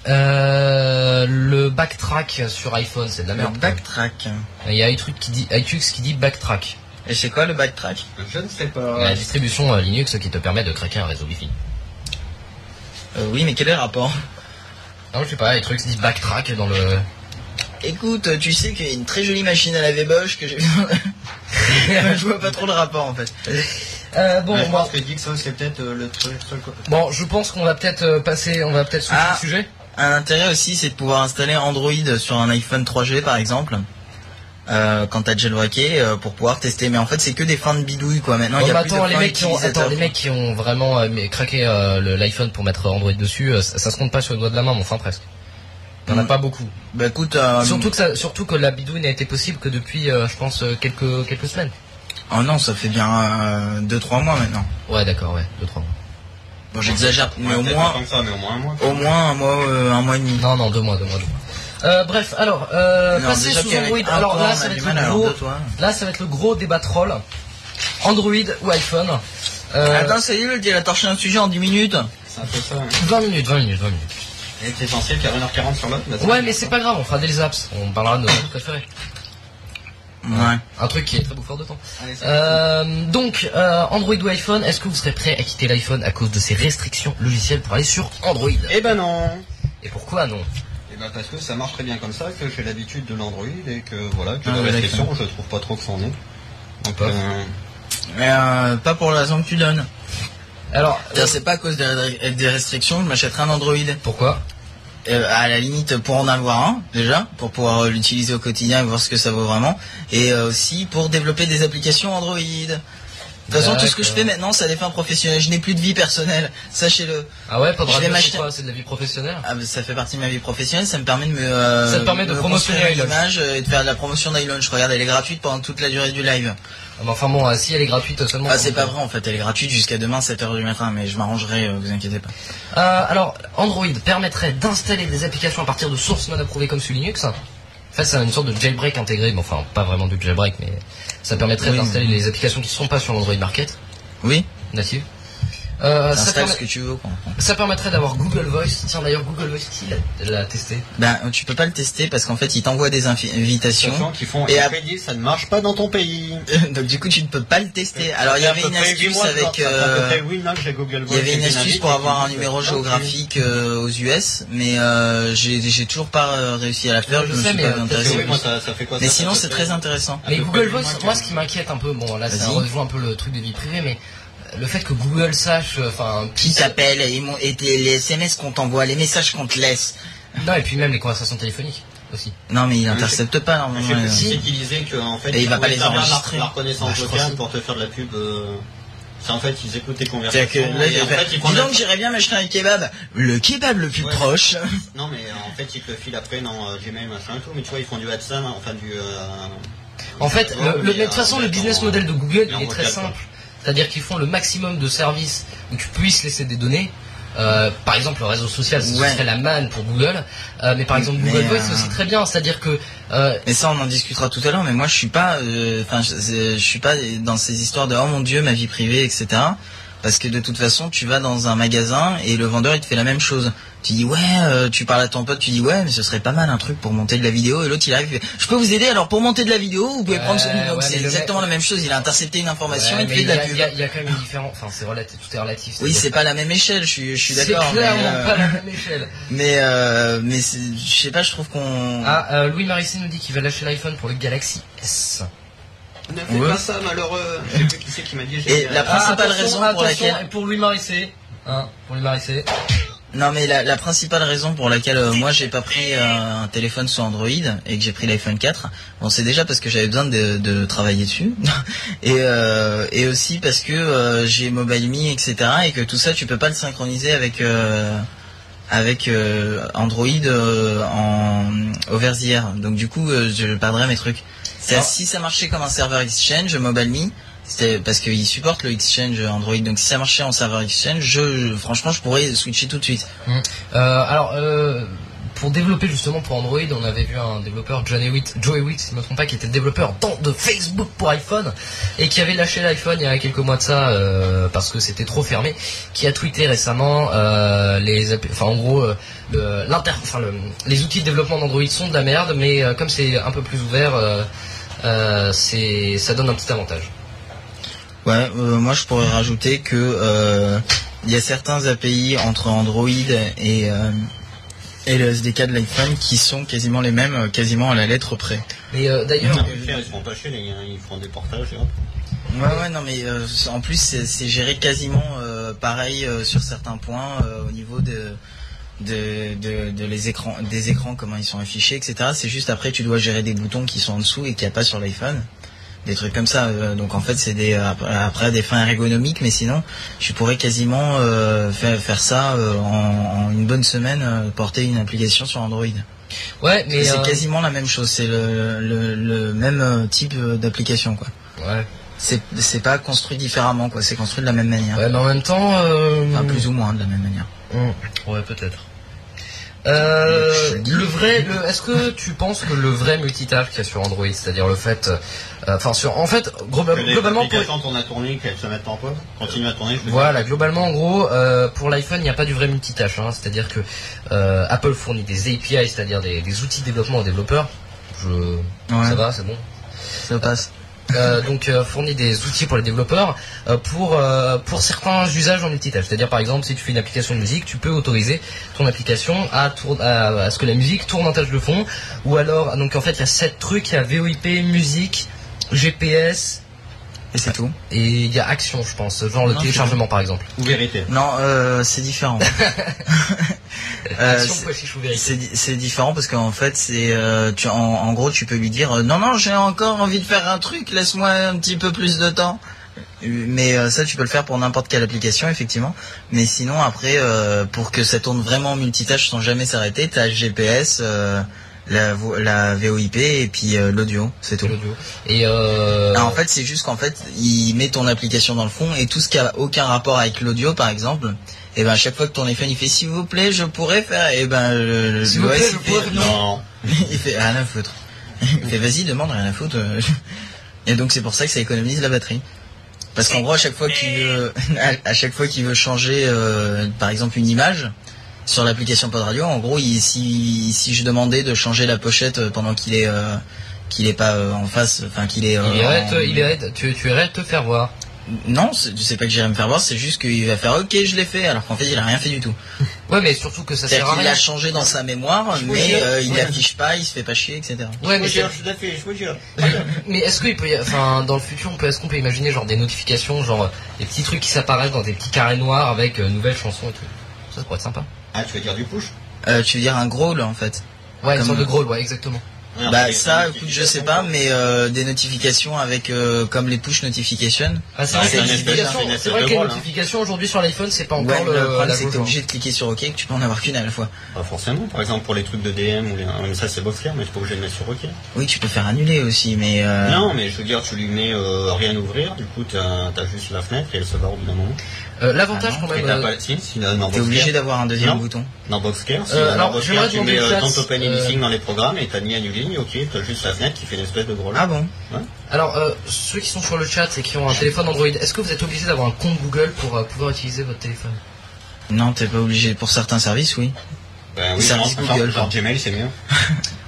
euh, le backtrack sur iPhone, c'est de la
Le
merde.
backtrack.
Il y a iTunes qui dit iTunes qui dit backtrack.
euh, Et c'est quoi le backtrack
Je ne sais pas.
La distribution euh, Linux qui te permet de craquer un réseau Wi-Fi.
Euh, Oui, mais quel est le rapport
Non, je sais pas, les trucs se disent backtrack dans le.
Écoute, euh, tu sais qu'il y a une très jolie machine à laver Bosch que j'ai Je vois pas trop le rapport en fait. Euh,
bon,
Ouais, je
bon,
pense que Dixon, c'est peut-être euh, le truc. seul co-
je pense qu'on va peut-être euh, passer, on va peut-être switcher
Ah.
le sujet.
Un intérêt aussi, c'est de pouvoir installer Android sur un iPhone 3G par exemple. Euh, quand t'as jailbreaké euh, pour pouvoir tester mais en fait c'est que des fins de bidouille quoi maintenant
Bon,
il y a
bah,
plus de
attends, les
fins
mecs qui ont, attends,
utilisateurs.
les mecs qui ont vraiment euh, mais craqué euh, le- l'iPhone pour mettre Android dessus, euh, ça, ça se compte pas sur le doigt de la main, mais enfin presque. Il y en a
Mm.
pas beaucoup.
bah écoute euh,
Surtout que ça, surtout que la bidouille n'a été possible que depuis, euh, je pense, euh, quelques quelques semaines.
Oh non, ça fait bien 2-3 mois maintenant.
Ouais, d'accord, ouais, deux trois. mois.
Bon, j'exagère, mais au
Peut-être pas
moins,
tant que ça, mais au moins un mois.
au moins un mois, euh, un mois et demi.
Non, non, deux mois, deux mois, deux mois. Euh, bref, alors euh,
Non,
passer
déjà
sous
qu'avec
Android.
un
Alors
point,
là,
on a
ça va
du
être
mal,
le
alors
gros.
deux, toi. hein.
Là, ça va être le gros débat troll. Android ou iPhone Euh,
Attends, ça y est, le deal a torché un sujet en 10 minutes.
C'est un peu ça. hein.
20 minutes, 20 minutes, 20 minutes.
Et c'est censé faire 1h40 sur l'autre. bah,
Ouais, mais c'est pas grave, on fera des apps. On parlera de nos apps préférés.
Ouais.
Un truc qui est très bouffeur de temps.
Allez, c'est-
Euh, donc, euh, Android ou iPhone, est-ce que vous serez prêt à quitter l'iPhone à cause de ses restrictions logicielles pour aller sur Android
Eh ben non
Et pourquoi non
Eh ben parce que ça marche très bien comme ça, que j'ai l'habitude de l'Android et que voilà, que
Ah,
la
ouais,
restriction, je trouve pas trop que ça en est. Donc,
Ah.
euh,
Mais euh, pas pour la raison que tu donnes.
Alors,
C'est-à-dire, C'est pas à cause des, des restrictions, je m'achèterai un Android.
pourquoi
Euh, à la limite, pour en avoir un, déjà, pour pouvoir euh, l'utiliser au quotidien et voir ce que ça vaut vraiment. Et euh, aussi pour développer des applications Android. De toute façon, tout ce que je
D'accord.
fais maintenant, c'est à des fins professionnelles. Je n'ai plus de vie personnelle, sachez-le.
Ah ouais, pas de
Je vais
radio, c'est
m'acheter-
quoi C'est de la vie professionnelle
Ah, bah, ça fait partie de ma vie professionnelle, ça me permet de me. euh,
Ça te permet de
me
promotionner
construire une
iLaunch.
image euh, et de faire de la promotion d'iLaunch. Regarde, elle est gratuite pendant toute la durée du live.
Ah, mais Enfin bon, euh, si elle est gratuite seulement.
Ah, c'est pas vrai en fait, elle est gratuite jusqu'à demain 7h du matin, mais je m'arrangerai, euh, vous inquiétez pas.
Euh, alors, Android permettrait d'installer des applications à partir de sources non approuvées comme sur Linux. En fait, c'est une sorte de jailbreak intégré, mais enfin, pas vraiment du jailbreak, mais ça permettrait
Oui.
d'installer les applications qui ne sont pas sur l'Android Market,
Oui,
native. Euh, ça,
installe
permet-
ce que tu veux quoi.
ça permettrait d'avoir Google Voice. Tiens, d'ailleurs, Google Voice, qui l'a- l'a testé
Ben, euh, tu peux pas le tester parce qu'en fait, il t'envoie des invi-
sachant
invitations.
qu'ils font
Et
et
à-
après dit ça ne marche pas dans ton pays.
Donc du coup tu ne peux pas le
Euh,
tester. Alors il y avait une astuce avec euh, il y avait une astuce pour avoir un numéro géographique euh, aux US, mais euh, j'ai j'ai toujours pas euh, réussi à la faire.
Je
Je me
sais,
suis
mais,
pas
euh,
intéressé.
oui,
Ah moi, ça, ça fait quoi
Mais
ça,
sinon
ça
c'est
fait-
très intéressant.
Mais
À peu
Google
près
Voice,
moins
moi
que-
ce qui m'inquiète un peu, bon là ça
Vas-y.
rejoint un peu le truc des vies privées, mais le fait que Google sache plus, euh, enfin,
Qui t'appelle et, mon- et tes- les SMS qu'on t'envoie, les messages qu'on te laisse.
non, et puis même les conversations téléphoniques aussi.
Non, mais il intercepte pas
Je
normalement.
sais plus
euh.
si c'est qu'il disait que, en fait,
Et il va pas
pouvait
les
servir la-
enregistrer.
La reconnaissance
Ah, je crois
vocale
que-
pour te faire de la pub. euh, C'est en fait, ils écoutent tes conversations.
euh. C'est-à-dire que là,
et
il
en
fait,
fait, ils
Dis
prennent
donc, j'irais bien m'acheter un kebab. Le kebab le plus
Ouais.
proche.
Non, mais euh, en fait, ils te le filent après dans euh, Gmail, machin et tout. Mais tu vois, ils font du AdSense, hein, enfin du. euh,
En fait,
Ouais,
le- le-
mais,
mais de toute
euh,
façon, le
en-
business model de Google,
en
il est très
vocal, quoi.
simple. C'est-à-dire qu'ils font le maximum de services où tu puisses laisser des données. Euh, par exemple, le réseau social, ce
Ouais.
serait la manne pour Google. Euh, mais par exemple,
Mais,
Google Voice, c'est
euh,
aussi très bien. C'est-à-dire que euh,
Mais ça, on en discutera tout à l'heure. Mais moi, je suis pas, euh, enfin, je- je, je suis pas dans ces histoires de oh mon dieu, ma vie privée, etc. Parce que de toute façon, tu vas dans un magasin et le vendeur il te fait la même chose. Tu dis ouais, euh, tu parles à ton pote, tu dis ouais, mais ce serait pas mal un truc pour monter de la vidéo. Et l'autre il arrive, il fait, je peux vous aider. Alors pour monter de la vidéo, vous pouvez
Ouais,
prendre. ce numéro.
ouais,
c'est
mais le
exactement
mec-
la même chose. Il a intercepté une information,
ouais,
il te
mais
fait
il
de
y,
la
a-
pub.
il y a- il y a quand même une différence. Enfin, c'est relatif, tout est relatif.
Oui, c'est
c'est-à-dire-
pas la même échelle. Je suis, je suis
c'est
d'accord. Mais,
clairement
euh,
pas la même échelle.
mais, euh, mais c'est- je sais pas, je trouve qu'on.
Ah, euh, Louis Marissé nous dit qu'il va lâcher l'iPhone pour le Galaxy S.
Ne fais
Ouais.
pas ça, malheureux. Je sais plus qui c'est qui m'a dit.
Et
j'ai-
la
Ah,
principale
attention,
raison pour
attention,
laquelle.
et pour Louis Marissé, hein, pour Louis Marissé.
Non mais la, la principale raison pour laquelle euh, moi j'ai pas pris euh, un téléphone sous Android et que j'ai pris l'iPhone 4, bon c'est déjà parce que j'avais besoin de, de travailler dessus et, euh, et aussi parce que euh, j'ai Mobile Me etc et que tout ça tu peux pas le synchroniser avec euh, avec euh, Android euh, en over the air. donc du coup euh, je perdrais mes trucs. C'est
Alors-
si ça marchait comme un serveur Exchange Mobile Me c'était parce qu'ils supportent le Exchange Android, donc si ça marchait en serveur Exchange, je, je- franchement, je pourrais switcher tout de suite.
Euh, alors, euh, pour développer justement pour Android, on avait vu un développeur, Johnny Witt, Joey Witt, si je ne me trompe pas, qui était le développeur dans- de Facebook pour iPhone et qui avait lâché l'iPhone il y a quelques mois de ça euh, parce que c'était trop fermé, qui a tweeté récemment euh, les, app- enfin en gros, euh, le- l'inter- enfin, le- les outils de développement d'Android sont de la merde, mais euh, comme c'est un peu plus ouvert, euh, euh, c'est, ça donne un petit avantage.
Ouais, euh, moi je pourrais rajouter que euh, il y a certains API entre Android et euh, et le SDK de l'iPhone qui sont quasiment les mêmes, euh, quasiment à la lettre près.
Mais euh, d'ailleurs,
Ils vont le faire, ils seront pas chez les ils feront des portages hein. et hop.
Ouais, ouais, non, mais euh, c'est- en plus c'est c'est géré quasiment euh, pareil euh, sur certains points euh, au niveau de de, de, de les écrans des écrans comment ils sont affichés etc c'est juste après tu dois gérer des boutons qui sont en dessous et qu'il n'y a pas sur l'iPhone des trucs comme ça euh, donc en fait c'est des euh, après- après des fins ergonomiques mais sinon tu pourrais quasiment euh, faire, faire ça euh, en, en une bonne semaine euh, porter une application sur Android
ouais, mais
c'est
euh,
quasiment la même chose c'est le, le, le même euh, type euh, d'application quoi
ouais.
c'est c'est pas construit différemment quoi c'est construit de la même manière
Ouais, mais en même temps, euh,
Enfin, plus ou moins de la même manière
Mm. Ouais, peut-être. Euh,
Je dis-
le vrai, le- est-ce que tu penses que le vrai multitâche qu'il y a sur Android, c'est-à-dire le fait, euh, enfin sur, en fait, glo-
Que les
Bah, globalement, pour,
applications tournent à tourner, qu'elles se mettent en pause, continuent à tourner. je veux dire.
voilà, globalement, en gros, euh, pour l'iPhone, il n'y a pas du vrai multitâche. hein. c'est-à-dire que euh, Apple fournit des API, c'est-à-dire des, des outils de développement aux développeurs. Je,
ouais
ça
ça,
va, c'est bon.
passe
Euh, donc euh, fournit des outils pour les développeurs euh, pour euh, pour certains usages en multitâche. C'est-à-dire par exemple si tu fais une application de musique, tu peux autoriser ton application à tour- à, à ce que la musique tourne en tâche de fond ou alors donc en fait il y a sept trucs, il y a VoIP, musique, GPS
et c'est tout
et il y a action je pense, genre le
Non,
téléchargement par exemple.
Ou vérité.
non euh, c'est différent Euh,
action
c'est-
quoi, si je vous vérifie.
c'est di- c'est différent parce qu'en fait c'est euh, tu en, en gros tu peux lui dire euh, non non j'ai encore envie de faire un truc laisse-moi un petit peu plus de temps mais euh, ça tu peux le faire pour n'importe quelle application effectivement mais sinon après euh, pour que ça tourne vraiment en multitâche sans jamais s'arrêter t'as GPS euh, la, vo- la VoIP et puis euh, l'audio c'est tout
l'audio. Et euh,
ah, en fait, c'est juste qu'en fait, il met ton application dans le fond et tout ce qui a aucun rapport avec l'audio, par exemple, et ben à chaque fois que ton iPhone il fait s'il vous plaît, je pourrais faire, et ben le, le-
S'il vous
l'OS,
plaît,
il
je
fait,
pourrais-
non, il fait rien à foutre. Il fait vas-y, demande rien à foutre. Et donc c'est pour ça que ça économise la batterie. Parce qu'en gros, à chaque fois qu'il veut, à- à chaque fois qu'il veut changer, euh, par exemple une image sur l'application Pod Radio, en gros, il- si si je demandais de changer la pochette euh, pendant qu'il est euh, qu'il est pas euh, en face, enfin qu'il est, euh,
il irait, te-
en-
il irait te- tu, tu irais te faire voir.
non, c'est- tu sais pas que j'irai me faire voir, c'est juste qu'il va faire ok, je l'ai fait, alors qu'en fait il a rien fait du tout.
Ouais, mais surtout que ça sert
C'est-à-dire
à
qu'il l'a
rien.
changé dans sa mémoire,
Je vous
mais
jure.
euh, il
Ouais.
l'affiche pas, il se fait pas chier, etc.
Ouais,
Je vous
mais,
jure, tout à fait, je vous jure.
mais est-ce qu'il peut, y- enfin, dans le futur, on peut, est-ce qu'on peut imaginer genre des notifications, genre euh, des petits trucs qui s'apparaissent dans des petits carrés noirs avec euh, nouvelles chansons et tout. Ça, ça pourrait être sympa.
Ah, tu veux dire du push
Euh, tu veux dire un gros là en fait
Ouais, une
Comme-
sorte de gros, ouais, exactement.
Ouais,
Bah
mais-
ça, écoute, je sais pas, mais euh, des notifications avec euh, comme les push notifications.
Ah, c'est
Ouais,
vrai que
c'est
les
une espèce-
notifications,
c'est une espèce
c'est vrai
de
que les
drôle, hein.
notifications aujourd'hui sur l'iPhone, c'est pas encore
Ouais,
le,
le
la
problème c'est que t'es
joie.
obligé de cliquer sur OK, que tu peux en avoir qu'une à la fois.
Pas forcément, par exemple pour les trucs de DM ou les... même ça c'est Boxer, mais t'es pas obligé de mettre sur OK.
Oui, tu peux faire annuler aussi, mais euh,
Non, mais je veux dire, tu lui mets euh, rien ouvrir, du coup t'as t'as juste la fenêtre et elle se barre au bout d'un moment.
Euh, L'avantage
Ah non,
quand
Et
même.
t'as
euh,
pas si, si dans
t'es obligé
Boxer,
d'avoir un deuxième
Non.
bouton.
dans Boxer, si
Euh,
dans
alors, j'aimerais
Boxer tu
demander
mets
au
euh,
chat,
don't open
euh,
anything dans les programmes et t'as ni annuling, ok, t'as juste la fenêtre qui fait une espèce de gros
Ah bon
Alors, euh, ceux qui sont sur le chat et qui ont un téléphone Android, est-ce que vous êtes obligé d'avoir un compte Google pour euh, pouvoir utiliser votre téléphone
Non, t'es pas obligé pour certains services, oui.
Ben oui,
Ça
non,
reste
genre-
Google,
genre
quoi.
Gmail c'est mieux.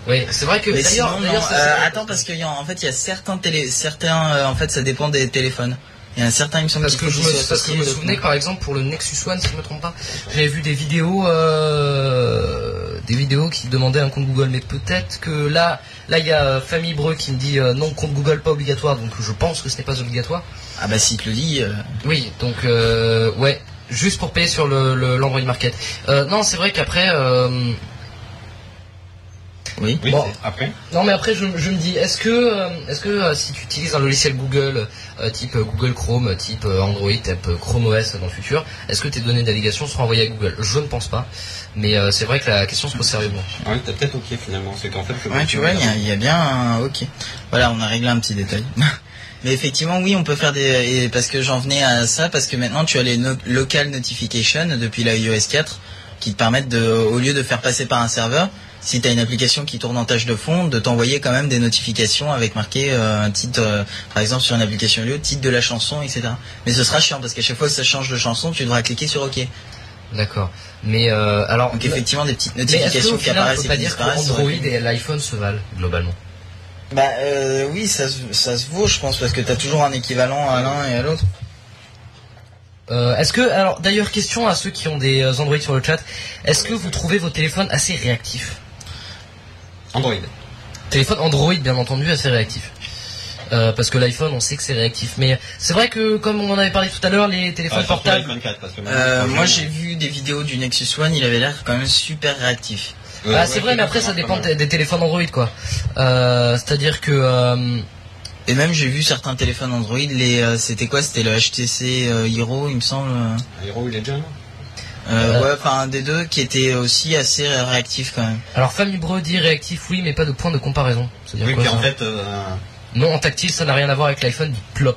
Oui, c'est vrai que.
Mais
D'ailleurs,
sinon,
d'ailleurs,
non,
ça,
euh,
c'est-
attends, parce qu'il y a, en fait, il y a certains télé, certains, euh, en fait, ça dépend des téléphones. Il y a certains, il me semble,
Parce
qui
que, je
fournissent
me, parce que je
associés
me
le-
souvenais que par exemple pour le Nexus One, si je me trompe pas, j'avais vu des vidéos, euh, des vidéos qui demandaient un compte Google, mais peut-être que là, là il y a euh, Famille Breu qui me dit euh, non compte Google pas obligatoire, donc je pense que ce n'est pas obligatoire.
Ah bah, si te le dit, euh,
Oui, donc euh, ouais, juste pour payer sur le le- l'Android Market. Euh, non, c'est vrai qu'après. euh,
oui.
Oui,
Bon.
c'est- après.
Non mais après je, je me dis est-ce que euh, est-ce que euh, si tu utilises un logiciel Google euh, type euh, Google Chrome, euh, type euh, Android, type euh, Chrome OS euh, dans le futur, est-ce que tes données de navigation seront envoyées à Google Je ne pense pas, mais euh, c'est vrai que la question se pose sérieusement.
Ah oui, t'as peut-être OK finalement, c'est qu'en fait je
Ouais, tu vois, il y a- il y, a bien un... Ok. Voilà, on a réglé un petit détail. Mais effectivement, oui, on peut faire des... et parce que j'en venais à ça, parce que maintenant, tu as les no- local notifications depuis la iOS 4 qui te permettent, de, au lieu de faire passer par un serveur, si tu as une application qui tourne en tâche de fond, de t'envoyer quand même des notifications avec marqué euh, un titre, euh, par exemple sur une application audio, titre de la chanson, etc. Mais ce sera chiant, parce qu'à chaque fois que ça change de chanson, tu devras cliquer sur OK.
D'accord. Mais euh, alors
Donc
mais
effectivement, des petites
est-ce
notifications
qu'au
qui
final, on
apparaissent
peut
et
pas
qui
dire que
disparaissent.
Android
auraient pu-
et l'iPhone se valent globalement
Bah euh, oui, ça, se- ça se vaut, je pense, parce que t'as toujours un équivalent à l'un et à l'autre.
Euh, Est-ce que alors d'ailleurs question à ceux qui ont des euh, Android sur le chat, est-ce que vous trouvez vos téléphones assez réactifs
Android. Ah,
Téléphone Android, bien entendu, assez réactif. Euh, parce que l'iPhone, on sait que c'est réactif. Mais c'est vrai que, comme on en avait parlé tout à l'heure, les téléphones
Ah, surtout
portables.
l'iPhone 4 parce que
Euh,
maintenant,
moi, j'ai
franchement,
vu des vidéos du Nexus One, il avait l'air quand même super réactif.
euh,
ah,
ouais,
c'est vrai, mais après, ça
vraiment
dépend
pas mal.
des, des téléphones Android, quoi. Euh, C'est-à-dire que. euh,
Et même, j'ai vu certains téléphones Android, les, euh, c'était quoi C'était le HTC euh, Hero, il me semble. Euh,
Hero, il est déjà là.
Ouais, enfin, un des deux qui était aussi assez ré- réactif quand même.
alors, Famille Breu dit réactif, oui, mais pas de point de comparaison. C'est-à-dire
Oui,
quoi,
puis en
ça
fait, euh,
Non, en tactile, ça n'a rien à voir avec l'iPhone, du plop.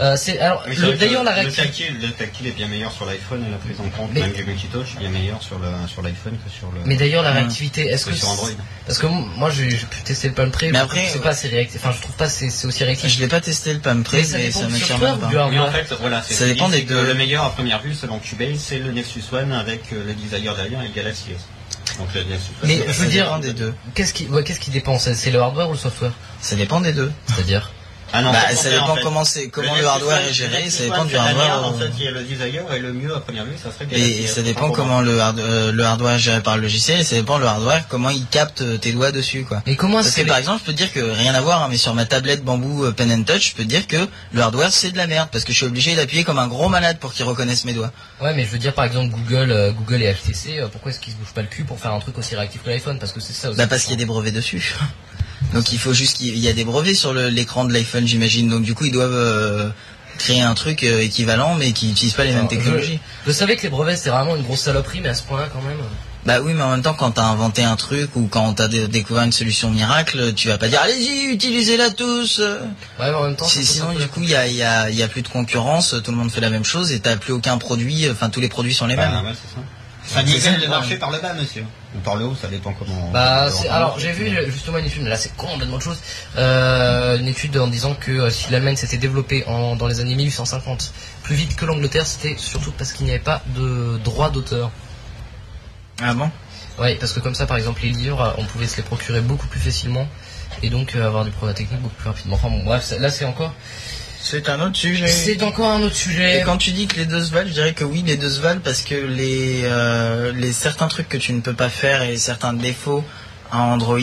Euh, c'est- alors,
mais
le-
c'est vrai que
d'ailleurs, la
le,
réactivité.
tactile, le tactile est bien meilleur sur l'iPhone et la prise en compte,
Mais-
même du multitouch, est bien meilleur sur le- sur l'iPhone que sur le
Mais d'ailleurs, la
Ouais.
réactivité, est-ce
que
que.
sur Android.
Parce que moi, j'ai j'ai pu tester le Palm Pre,
Mais
je
après,
trouve que c'est
euh,
pas assez réactif. Enfin, je trouve pas c'est c'est aussi réactif.
Je l'ai pas testé le Palm Pre,
Mais ça
mais
dépend
ça
du
m'attire
software
même
ou
pas.
du hardware.
Mais en fait, voilà, c'est
Ça
ce
dépend
qu'il dit,
des
c'est que
deux.
Le meilleur à première vue, selon Cubase, c'est le Nexus One avec euh, le Desire derrière et le Galaxy S. Donc le Nexus One.
Mais
Ça
je veux dire-
dépend des deux.
Qu'est-ce qui, ouais, qu'est-ce qui dépend C'est c'est le hardware ou le software
Ça dépend des deux.
C'est-à-dire
Ah non,
bah,
c'est
ça
contraire,
dépend
en fait.
comment c'est, comment le,
Nexus
hardware
One-
est
le
géré,
Nexus
ça
One,
dépend du
c'est la merde,
hardware.
En
euh,
fait, il y a le Desire et le mieux à première vue, ça serait Galaxy
Et
S.
ça dépend
Enfin, pour
comment
moi.
le, hard- euh, le hardware est géré par le logiciel, et ça dépend le hardware, comment il capte euh, tes doigts dessus, quoi.
Mais comment
Parce que
Ah, c'est
par exemple, je peux te dire que rien à voir, hein, mais sur ma tablette bambou euh, Pen and Touch, je peux te dire que le hardware c'est de la merde, parce que je suis obligé d'appuyer comme un gros malade pour qu'il reconnaisse mes doigts.
Ouais, mais je veux dire par exemple Google, euh, Google et HTC, euh, pourquoi est-ce qu'ils se bougent pas le cul pour faire un truc aussi réactif que l'iPhone Parce que c'est ça aussi.
Bah parce qu'il y a des brevets dessus. Donc il faut juste qu'il il y a des brevets sur le- l'écran de l'iPhone, j'imagine. Donc du coup, ils doivent euh, créer un truc euh, équivalent, mais qui n'utilise pas les mêmes
Alors,
technologies.
Je savais que les brevets c'était vraiment une grosse saloperie, mais à ce point-là quand même. euh.
Bah oui, mais en même temps, quand t'as inventé un truc ou quand t'as dé- découvert une solution miracle, tu vas pas dire allez-y, utilisez-la tous. euh.
Ouais, mais en même temps.
Si-
ça pose un
sinon,
peu
du
la-
coup, il y a, il y a- il y a plus de concurrence, tout le monde fait la même chose et t'as plus aucun produit. euh, Enfin, tous les produits sont les mêmes.
Bah, ouais, c'est ça. Ça
C'est ça,
nivelle le
ouais.
marché par le bas, monsieur. Ou par le haut, ça dépend comment.
Bah,
comment
c'est-
on-
alors j'ai vu euh, justement une étude, mais là c'est complètement autre chose. Euh, une étude en disant que euh, si l'Allemagne s'était développée en, dans les années 1850 plus vite que l'Angleterre, c'était surtout parce qu'il n'y avait pas de droit d'auteur.
Ah bon
Ouais, parce que comme ça, par exemple, les livres, euh, on pouvait se les procurer beaucoup plus facilement et donc euh, avoir du progrès technique beaucoup plus rapidement. Enfin bon, bref, c'est- là c'est encore.
C'est un autre sujet.
C'est encore un autre
Et
sujet.
quand tu dis que les deux se valent, je dirais que oui, les deux se valent parce que les, euh, les certains trucs que tu ne peux pas faire et certains défauts à Android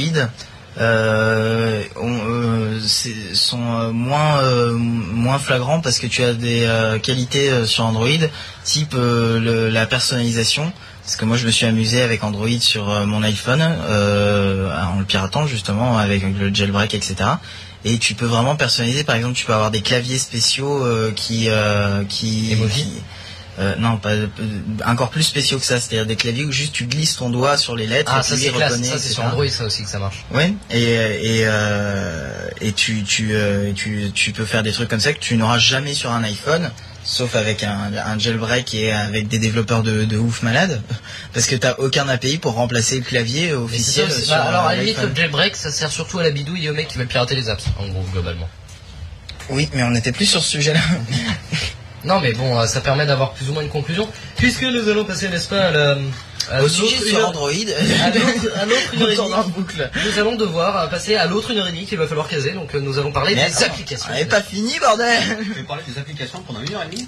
euh, ont, euh, c'est- sont euh, moins, euh, moins flagrants parce que tu as des euh, qualités euh, sur Android, type euh, le- la personnalisation. Parce que moi, je me suis amusé avec Android sur euh, mon iPhone, euh, en le piratant justement, avec le jailbreak, etc et tu peux vraiment personnaliser par exemple tu peux avoir des claviers spéciaux euh, qui euh, qui,
Emoji
qui- euh, non pas euh, encore plus spéciaux que ça c'est-à-dire des claviers où juste tu glisses ton doigt sur les lettres
Ah,
et
ça
tu les
c'est classe,
reconnais
ça c'est
etc.
sur Android ça aussi que ça marche.
ouais et et euh, et tu tu, euh, tu tu peux faire des trucs comme ça que tu n'auras jamais sur un iPhone sauf avec un, un jailbreak et avec des développeurs de, de ouf malades parce que t'as aucun API pour remplacer le clavier
Mais c'est
officiel
ça, c'est-
sur,
bah, alors à
euh,
la limite
l'iPhone.
le jailbreak ça sert surtout à la bidouille et aux mecs qui veulent pirater les apps en gros globalement.
oui mais on n'était plus sur ce sujet là
Non mais bon euh, ça permet d'avoir plus ou moins une conclusion puisque nous allons passer n'est-ce pas à la... à
au
l'autre
sujet sur
heure-
Android
à l'autre à l'autre une heure et
On tourne en
demie.
boucle.
Nous allons devoir euh, passer à l'autre une heure et demie qu'il va falloir caser donc euh, nous allons parler
Mais
des
attends,
applications.
On n'est pas fini, bordel
Tu veux parler des applications pendant une heure et demie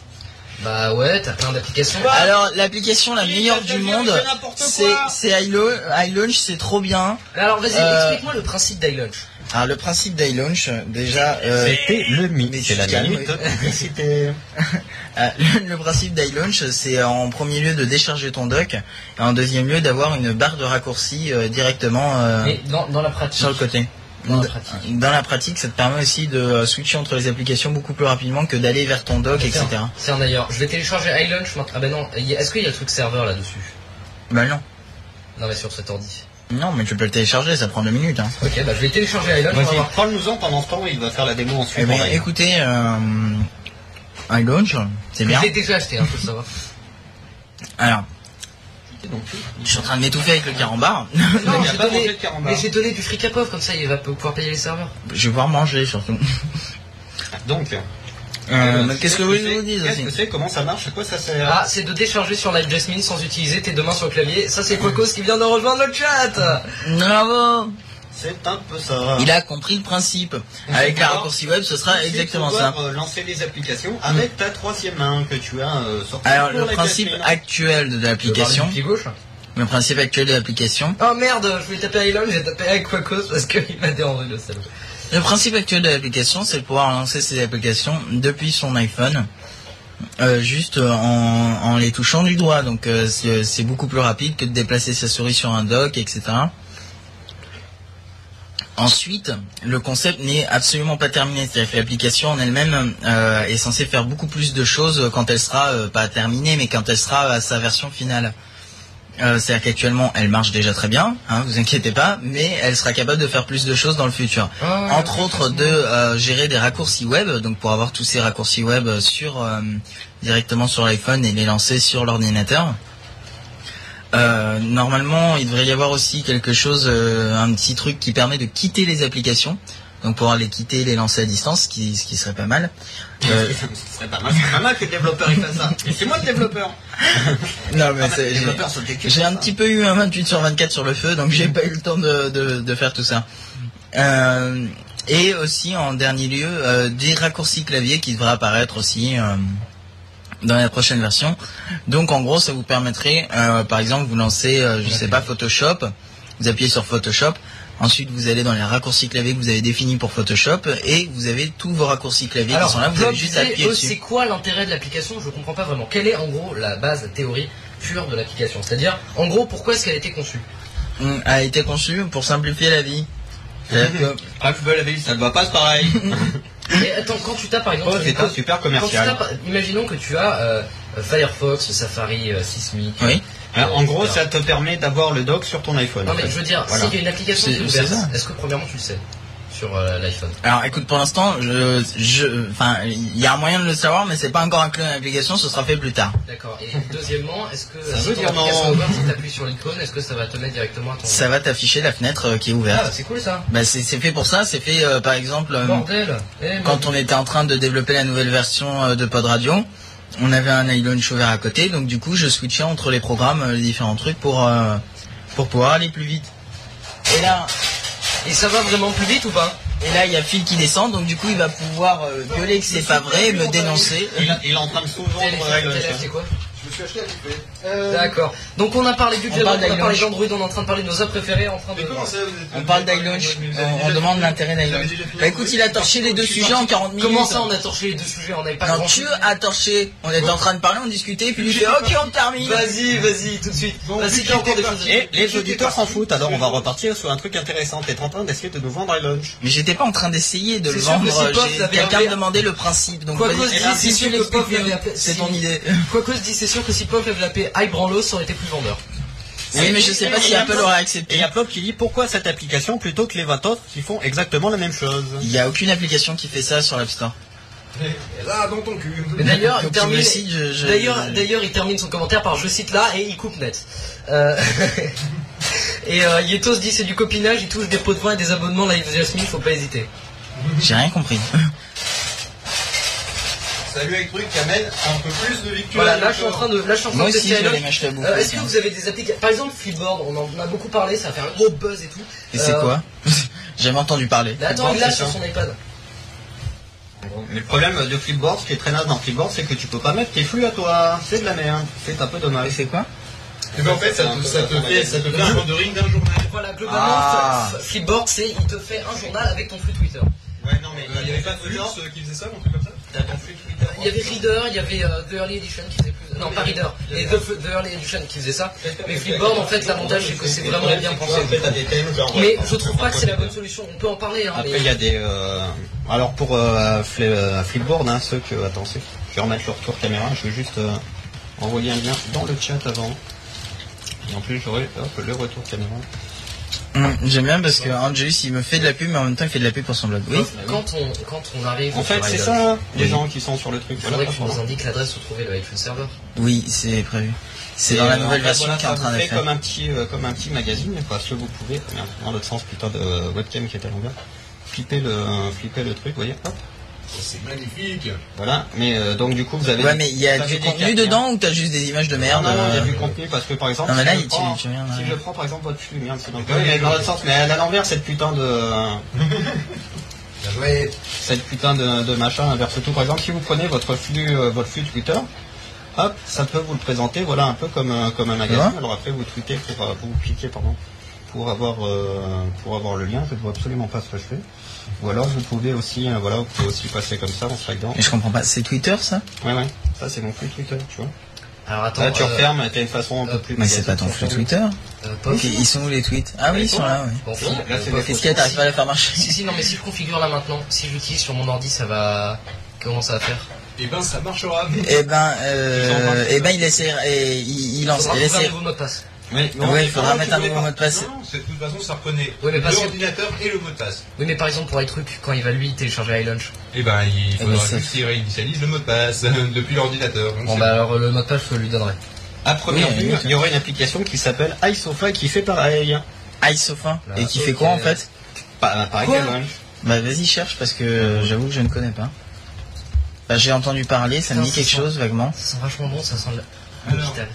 Bah ouais t'as plein d'applications.
Alors, l'application la meilleure du monde, c'est c'est iLo- iLaunch, c'est trop bien.
Mais Alors vas-y
Euh,
explique-moi le principe d'iLaunch.
Alors, le principe d'iLaunch, déjà, euh,
C'était le mythe.
c'est la limite.
C'était
euh, le principe d'iLaunch, c'est en premier lieu de décharger ton dock, et en deuxième lieu d'avoir une barre de raccourci euh, directement euh,
Mais dans, dans la pratique.
sur le côté.
Dans la pratique.
Dans la pratique, ça te permet aussi de euh, switcher entre les applications beaucoup plus rapidement que d'aller vers ton dock, etc.
Tiens, Tiens d'ailleurs, je vais télécharger iLaunch maintenant. Ah ben non, il y a- est-ce qu'il y a le truc serveur là-dessus
Bah non.
Non mais sur cet ordi.
Non, mais tu peux le télécharger, ça prend deux minutes. Hein.
Ok, bah je vais télécharger iLaunch. on va
Vas-y,
voir.
prends-nous-en pendant ce temps, il va faire la démo
Eh
ensuite.
ben,
en live.
écoutez, euh, iLaunch, c'est
Je
bien.
l'ai déjà acheté, hein, faut le savoir.
Alors, je suis en train de m'étouffer avec le carambar.
Non,
il a
j'ai
pas mangé
donné,
de carambar.
mais j'ai donné du fric à pauvre, comme ça il va pouvoir payer les serveurs.
je vais pouvoir manger surtout.
Donc,
Euh, mais
c'est-
Qu'est-ce que vous voulez que je vous
c'est-
dise
Qu'est-ce que
aussi
c'est Comment ça marche À quoi ça sert
Ah, c'est de décharger sur Live Jasmine sans utiliser tes deux mains sur le clavier. Ça, c'est Quacos qui vient de rejoindre le chat.
Bravo
C'est un peu ça.
Il a compris le principe. Avec la
Ah. Alors,
raccourci web, ce sera
Tu sais
exactement ça. Mm.
pouvoir, euh, lancer des applications avec ta troisième main que tu as euh, sortie.
Alors,
pour
le
la
principe
classe
actuel de l'application,
Pied gauche.
le principe actuel de l'application,
Oh merde, je voulais taper Elon, j'ai tapé avec Quacos parce qu'il m'a dérangé le salaud.
le principe actuel de l'application, c'est de pouvoir lancer ses applications depuis son iPhone. euh, juste euh, en, en les touchant du doigt, donc euh, c'est c'est beaucoup plus rapide que de déplacer sa souris sur un dock, etc. Ensuite, le concept n'est absolument pas terminé. C'est-à-dire que l'application en elle-même euh, est censée faire beaucoup plus de choses quand elle sera euh, pas terminée, mais quand elle sera à sa version finale. Euh, C'est-à-dire qu'actuellement, elle marche déjà très bien, hein, vous inquiétez pas, mais elle sera capable de faire plus de choses dans le futur. Entre autres, de euh, gérer des raccourcis web, donc pour avoir tous ces raccourcis web sur euh, directement sur l'iPhone et les lancer sur l'ordinateur. Euh, normalement, il devrait y avoir aussi quelque chose, euh, un petit truc qui permet de quitter les applications, donc pouvoir les quitter et les lancer à distance, ce qui, ce qui serait pas mal. Euh,
Ce serait pas mal, ce serait pas mal que le développeur il fasse ça. Mais c'est moi le développeur.
non, mais
Ah,
c'est-
le
j'ai-
développeur, c'est le
J'ai un petit peu eu un 28 sur 24 sur le feu, donc j'ai pas eu le temps de, de, de faire tout ça. Euh, et aussi, en dernier lieu, euh, des raccourcis clavier qui devraient apparaître aussi euh, dans la prochaine version. Donc en gros, ça vous permettrait, euh, par exemple, vous lancez, euh, je sais pas, Photoshop, vous appuyez sur Photoshop, ensuite vous allez dans les raccourcis clavier que vous avez définis pour Photoshop, et vous avez tous vos raccourcis clavier qui sont là, vous
Bob
avez juste à
disait,
appuyer
eux,
dessus.
c'est quoi l'intérêt de l'application Je comprends pas vraiment. Quelle est en gros la base, la théorie pure de l'application C'est-à-dire, en gros, pourquoi est-ce qu'elle a été conçue
Hum, A été conçu pour simplifier la vie. C'est-à-dire que-
Ah, je veux la ville, ça ne va pas, c'est pareil.
Mais attends, quand tu tapes par exemple
Oh,
sur une
c'est un
page-
super
Quand tu
commercial.
tapes- imaginons que tu as euh, Firefox, Safari, euh, Sismic.
Oui.
Hein, en gros,
etc.
ça te permet d'avoir le dock sur ton iPhone.
Non
en
mais
fait.
je veux dire,
Voilà.
s'il y a une application
C'est-
qui est
c'est
ouverte,
ça.
est-ce que premièrement tu le sais sur euh, l'iPhone
Alors écoute, pour l'instant, je, je, enfin, il y a un moyen de le savoir, mais c'est pas encore inclus dans l'application, ce sera fait plus tard.
D'accord. Et deuxièmement, est-ce que
Ça
si
veut
ton
dire non.
application est ouverte, si t'appuies sur l'icône, est-ce que ça va te mettre directement à ton...
Ça va t'afficher la fenêtre euh, qui est
Ah,
ouverte.
c'est cool ça
Bah c'est c'est fait pour ça, c'est fait euh, par exemple euh,
Bordel Eh,
quand on était en train de développer la nouvelle version euh, de Pod Radio, on avait un iLaunch ouvert à côté, donc du coup je switchais entre les programmes, euh, les différents trucs pour euh, pour pouvoir aller plus vite. Et là,
Et ça va vraiment plus vite ou pas
Et là, il y a Phil qui descend, donc du coup, il va pouvoir euh, gueuler que c'est pas vrai, me dénoncer.
Il, il est en train de sous-vendre
T'as
la gauche.
acheté quoi
Je
Euh,
me suis acheté à bouffer.
D'accord. Donc on a parlé du
On
Jedi, on,
parle
a parlé
d'Iron
d'Android, on est en train de parler de nos apps préférés, en train de.
On parle d'iLaunch, on, on demande l'intérêt d'iLaunch. Bah écoute, il a torché les deux sujets en 40 minutes.
Comment ça, on a torché les deux sujets, on n'avait pas
Non,
grand
tu as torché. On était en train de parler, on discutait, puis lui fait Ok, on termine.
Vas-y, vas-y, tout de suite. Vas-y, t'as encore des choses à dire.
Et les auditeurs s'en foutent, alors on va repartir sur un truc intéressant. T'es en train d'essayer de nous vendre un lunch.
Mais j'étais pas en train d'essayer de
C'est
le
sûr que
vendre.
si Pof
j'ai-
l'avait
Quelqu'un
appelé-
me demandait le principe. Donc
Quoi
vas-y, Ah,
cause dit,
explique-nous,
c'est sûr que Pof l'avait appelé-
euh, C'est
si-
ton idée.
Quoique se dit, c'est sûr que si Pop avait appelé Ibranlo, ça aurait été plus vendeur.
Oui, mais je sais pas
Et
si
il y a
Apple
Pof-
aurait
Et il
accepté.
y a Pop qui dit pourquoi cette application plutôt que les 20 autres qui font exactement la même chose.
Il y a aucune application qui fait ça sur l'App Store.
Là, dans ton cul.
Mais d'ailleurs, il
Donc, tu me
termine.
cites, je- je-
D'ailleurs,
je-
d'ailleurs, il termine son commentaire par je cite là et il coupe net. Euh, et euh, Yetos dit c'est du copinage, il touche des pots de vin et des abonnements live Jasmine, faut pas hésiter.
j'ai rien compris.
Salut avec truc qui amène un peu plus de victoire.
Voilà, là je suis en train de, là je suis en train de
Moi aussi,
tester
je vais
la
aller
note.
m'acheter à bouffer.
Euh, Est-ce que
tiens.
vous avez des applications Par exemple, Flipboard, on en a beaucoup parlé, ça a fait un gros buzz et tout.
Et c'est
Euh,
quoi J'ai jamais entendu parler.
Mais attends, il l'a
c'est
sur son iPad.
Mais le problème de Flipboard, ce qui est très naze dans Flipboard, c'est que tu peux pas mettre tes flux à toi. C'est de la merde. C'est un peu
Et
dommage.
c'est quoi
Mais en fait, ça te, ça te fait, ça te fait un rendering d'un journal.
Voilà, globalement,
Ah.
F- Flipboard, c'est il te fait un journal avec ton flux Twitter.
Ouais, non, mais euh,
Il n'y avait pas de
Flux,
Flux qui faisait ça, un truc comme ça
t'as ton flux Twitter.
Il y avait Reader, il y avait euh, The Early Edition qui faisait plus. Non, pas Reader, et The, F- The Early Edition qui faisait ça. Mais Flipboard, en fait, l'avantage, c'est que c'est vraiment bien pensé. Mais je trouve pas que c'est la bonne solution. On peut en parler, hein,
Après,
mais
il y a des. euh, Alors, pour euh, Fli- euh, Flipboard, hein, ceux que. Attends, c'est- je vais remettre le retour caméra. Je veux juste euh, envoyer un lien dans le chat avant. Et en plus, j'aurai hop, le retour caméra.
Hum, J'aime bien parce que Angelus il me fait de la pub, mais en même temps il fait de la pub pour son blog. Oui.
quand on, quand on arrive.
bah En fait,
sur
c'est
iDoc,
ça, hein, les gens qui sont sur le truc.
Il
Voilà,
faudrait que tu
pas
nous
vraiment.
indiques l'adresse où trouver le iPhone Server.
Oui, c'est prévu. C'est
Et,
dans la
euh,
nouvelle
en fait,
version
voilà,
qui est en
ça
train
vous
d'être
fait
faite.
comme un petit, euh, comme un petit magazine, parce que vous pouvez, merde, dans l'autre sens, putain de euh, webcam qui est à l'envers, flipper le, flipper le truc, vous voyez, hop,
C'est magnifique.
voilà. Mais euh, donc du coup, vous avez.
Ouais, mais il y a
vous avez
du
des
contenu
cartes, hein.
dedans ou t'as juste des images de merde
Non, non, il y a
euh,
du contenu parce que par exemple.
Non, mais
si
là,
je
il- tu-
prends-
tu viens,
Si
là.
je prends par exemple votre flux, merde, c'est dans le. Oui, mais dans l'autre sens, mais elle est à l'envers cette putain de.
Bien joué.
Cette putain de, de machin inverse tout. Par exemple, si vous prenez votre flux, euh, votre flux Twitter. Hop, ça peut vous le présenter, voilà, un peu comme, un- comme un magazine.
Ouais.
Alors après, vous tweetez pour, euh, vous cliquez, pardon, pour avoir, euh, pour avoir le lien. Je ne vois absolument pas ce que je fais. Ou alors, vous pouvez aussi, euh, voilà, vous pouvez aussi passer comme ça en slidant.
Mais je comprends pas, c'est Twitter ça
Ouais, ouais. Ça, c'est mon flux Twitter, tu vois.
Alors attends,
Là, tu
euh,
refermes, t'as une façon un peu
euh,
plus.
Mais c'est pas ton
magazine.
flux Twitter
euh, Pop,
Ok, Ils sont où les tweets Ah oui, ils sont là, oui.
bon,
Bon, là, c'est
Pop,
des
Qu'est-ce qu'il y a T'arrives pas à la faire marcher
Si, si, non, mais si je configure là maintenant, si j'utilise sur mon ordi, ça va. Comment ça va faire
Et ben, ça marchera.
Eh ben, euh, eh ben, il essaie, et il, il lance,
Faudra
il
trouver un
essaie.
nouveau mot de passe.
Ouais,
Ouais,
non,
il faudra mettre un nouveau mot de passe.
Non, c'est- de toute façon, ça reprenait
Oui, mais parce que-
l'ordinateur et le mot de passe.
Oui, mais par exemple, pour iTruc, quand il va lui télécharger iLaunch.
Et ben,
Eh
il
ben,
faudra
ça-
juste qu'il réinitialise le mot de passe depuis l'ordinateur. Donc,
Bon,
c'est-
bah alors euh, le mot de passe, je le lui donnerai.
À première
Oui,
vue,
oui.
il y aurait une application qui s'appelle iSofa qui fait pareil.
iSofa. Et qui fait quoi en fait
Pas- hein. Pareil
Quoi
que Lunch.
Bah vas-y, cherche parce que euh, j'avoue que je ne connais pas. Bah j'ai entendu parler, ça me dit
Putain,
quelque
c'est ça.
chose vaguement.
Ça sent vachement bon, ça sent le-
Alors.
l'hôpital.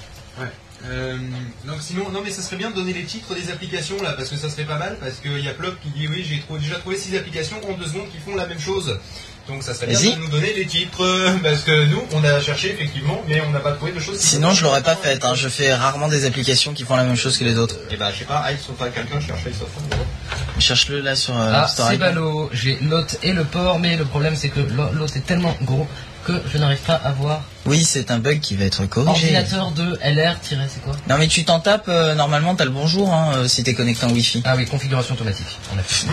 Euh, donc sinon, non mais ça serait bien de donner les titres des applications là, parce que ça serait pas mal, parce qu'il y a Plop qui dit oui, j'ai trou- déjà trouvé 6 applications en 2 secondes qui font la même chose. Donc ça serait bien
Vas-y.
de nous donner les titres, euh, parce que nous, on a cherché effectivement, mais on n'a pas trouvé de choses. qui-
Sinon, je l'aurais pas faite. Hein. Je fais rarement des applications qui font la même chose que les autres.
Et bah, je sais pas, iSofa, quelqu'un cherche iSofa.
Cherche-le là sur euh,
Ah,
Store
c'est
Icon.
ballot, j'ai l'hôte et le port, mais le problème c'est que l'o- l'hôte est tellement gros que je n'arrive pas à voir.
Oui, c'est un bug qui va être corrigé.
Ordinateur de LR, c'est quoi
Non mais tu t'en tapes, euh, normalement t'as le bonjour hein, euh, si t'es connecté en Wi-Fi.
Ah oui, configuration automatique. en effet.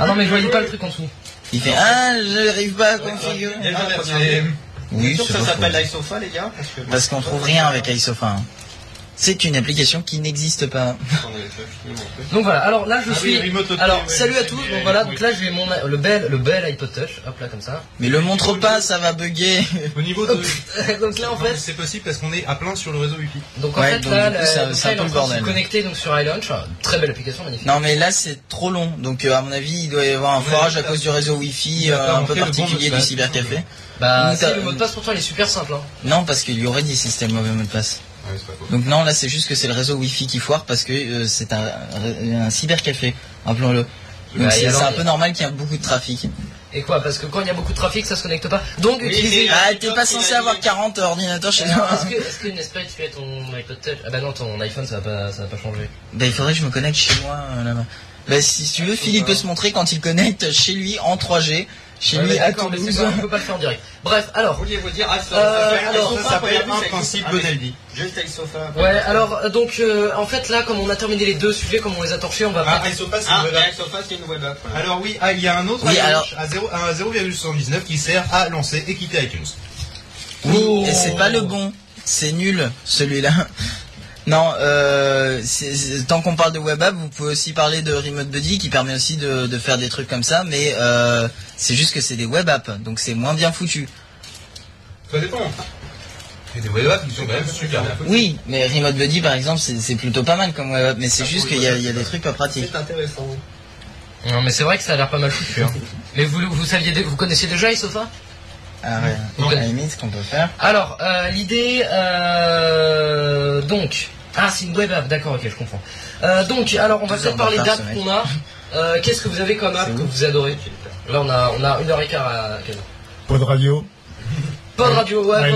ah non, mais je voyais pas le truc en dessous.
Il fait Ah, j'arrive pas à configurer. Ah,
Et le dernier.
Oui,
sûr que
c'est pas
ça
faux.
s'appelle iSofa, les gars Parce que.
Parce qu'on trouve rien avec iSofa. hein. C'est une application qui n'existe pas.
Attendez, je vais finir mon truc.
Donc voilà, alors là je
Ah oui,
suis.
remote auto,
alors
ouais,
salut à
c'est
tous,
des-
donc voilà,
oui.
donc là j'ai mon le bel, le bel iPod Touch, hop là comme ça.
Mais le montre pas, ça va bugger.
Au niveau de...
donc là en
Non,
fait,
c'est possible parce qu'on est à plein sur le réseau Wi-Fi.
donc en
Ouais,
fait
donc
là,
du coup,
la-
c'est un-
donc
c'est
là,
un
il est
peu
en train
le
de se
bordel.
connecter donc sur iLaunch, très belle application, magnifique.
Non mais là c'est trop long, donc euh, à mon avis il doit y avoir un forage à cause du réseau Wi-Fi euh,
D'accord,
un
on
peu
fait le bon
particulier
mot de
du
passe.
cybercafé.
Bah,
Ou
si,
t'as-
le mot de passe pour toi il est super simple. Hein.
Non parce qu'il y aurait dit si c'était le mauvais mot de passe.
Ouais, c'est pas faux.
Donc non là c'est juste que c'est le réseau Wi-Fi qui foire parce que euh, c'est un, un cybercafé, rappelons-le. Donc c'est c'est un peu normal qu'il y ait beaucoup de trafic.
Et quoi Parce que quand il y a beaucoup de trafic, ça se connecte pas. Donc utilisez.
Ah, t'es pas censé avoir 40 ordinateurs chez toi.
Est-ce que, est-ce que Nesprit, tu as ton iPod Touch Ah bah non, ton iPhone, ça va pas, ça va pas changer.
Bah, il faudrait que je me connecte chez moi euh, là-bas. Bah, si tu veux, Philippe peut se montrer quand il connecte chez lui en 3G, chez
Ouais,
lui
mais
à
d'accord, mais c'est
Toulouse.
pas- on peut pas le faire en direct. Bref, alors.
Vouliez-vous dire, ah, ça,
Euh,
ça fait-
alors,
ça,
on
ça
va
fait
pas
un
faire
principe Ah, Bonaldi. Juste avec Sofa.
Ouais, alors euh, donc euh, en fait là, comme on a terminé les deux sujets, comme on les a torchés, on va.
Ah,
pas-
Isopa, c'est
Ah,
une web app.
avec Sofa, c'est une web app. voilà.
Alors oui, ah, il y a un autre
Oui,
iTunes
alors-
à 0 à 0,79 qui sert à lancer et quitter iTunes.
Oui, et c'est pas le bon. C'est nul, celui-là. Non, euh, c'est- c'est- tant qu'on parle de web app, vous pouvez aussi parler de Remote Buddy qui permet aussi de, de faire des trucs comme ça, mais euh, c'est juste que c'est des web apps, donc c'est moins bien foutu.
Ça dépend. Il y a des web apps qui sont quand même super bien.
Oui, mais Remote Buddy par exemple, c'est c'est plutôt pas mal comme web app, mais c'est juste qu'il y, a- il y a des trucs pas pratiques.
C'est intéressant.
Non, mais c'est vrai que ça a l'air pas mal foutu. Hein. mais vous, vous saviez, dé- vous connaissiez déjà Isofa
Ah ouais,
Non.
à la limite, ce qu'on peut faire.
Alors, euh, l'idée, euh, donc, ah, c'est une web app, d'accord, ok, je comprends. Euh, donc, alors, on va
Deux
peut-être
heures
parler
de retard,
d'app
ce mec.
qu'on a. Euh, Qu'est-ce que vous avez comme app que vous adorez Là, on a, on a une heure et quart à.
Pod radio.
Pod radio, ouais,
Ouais,
Pod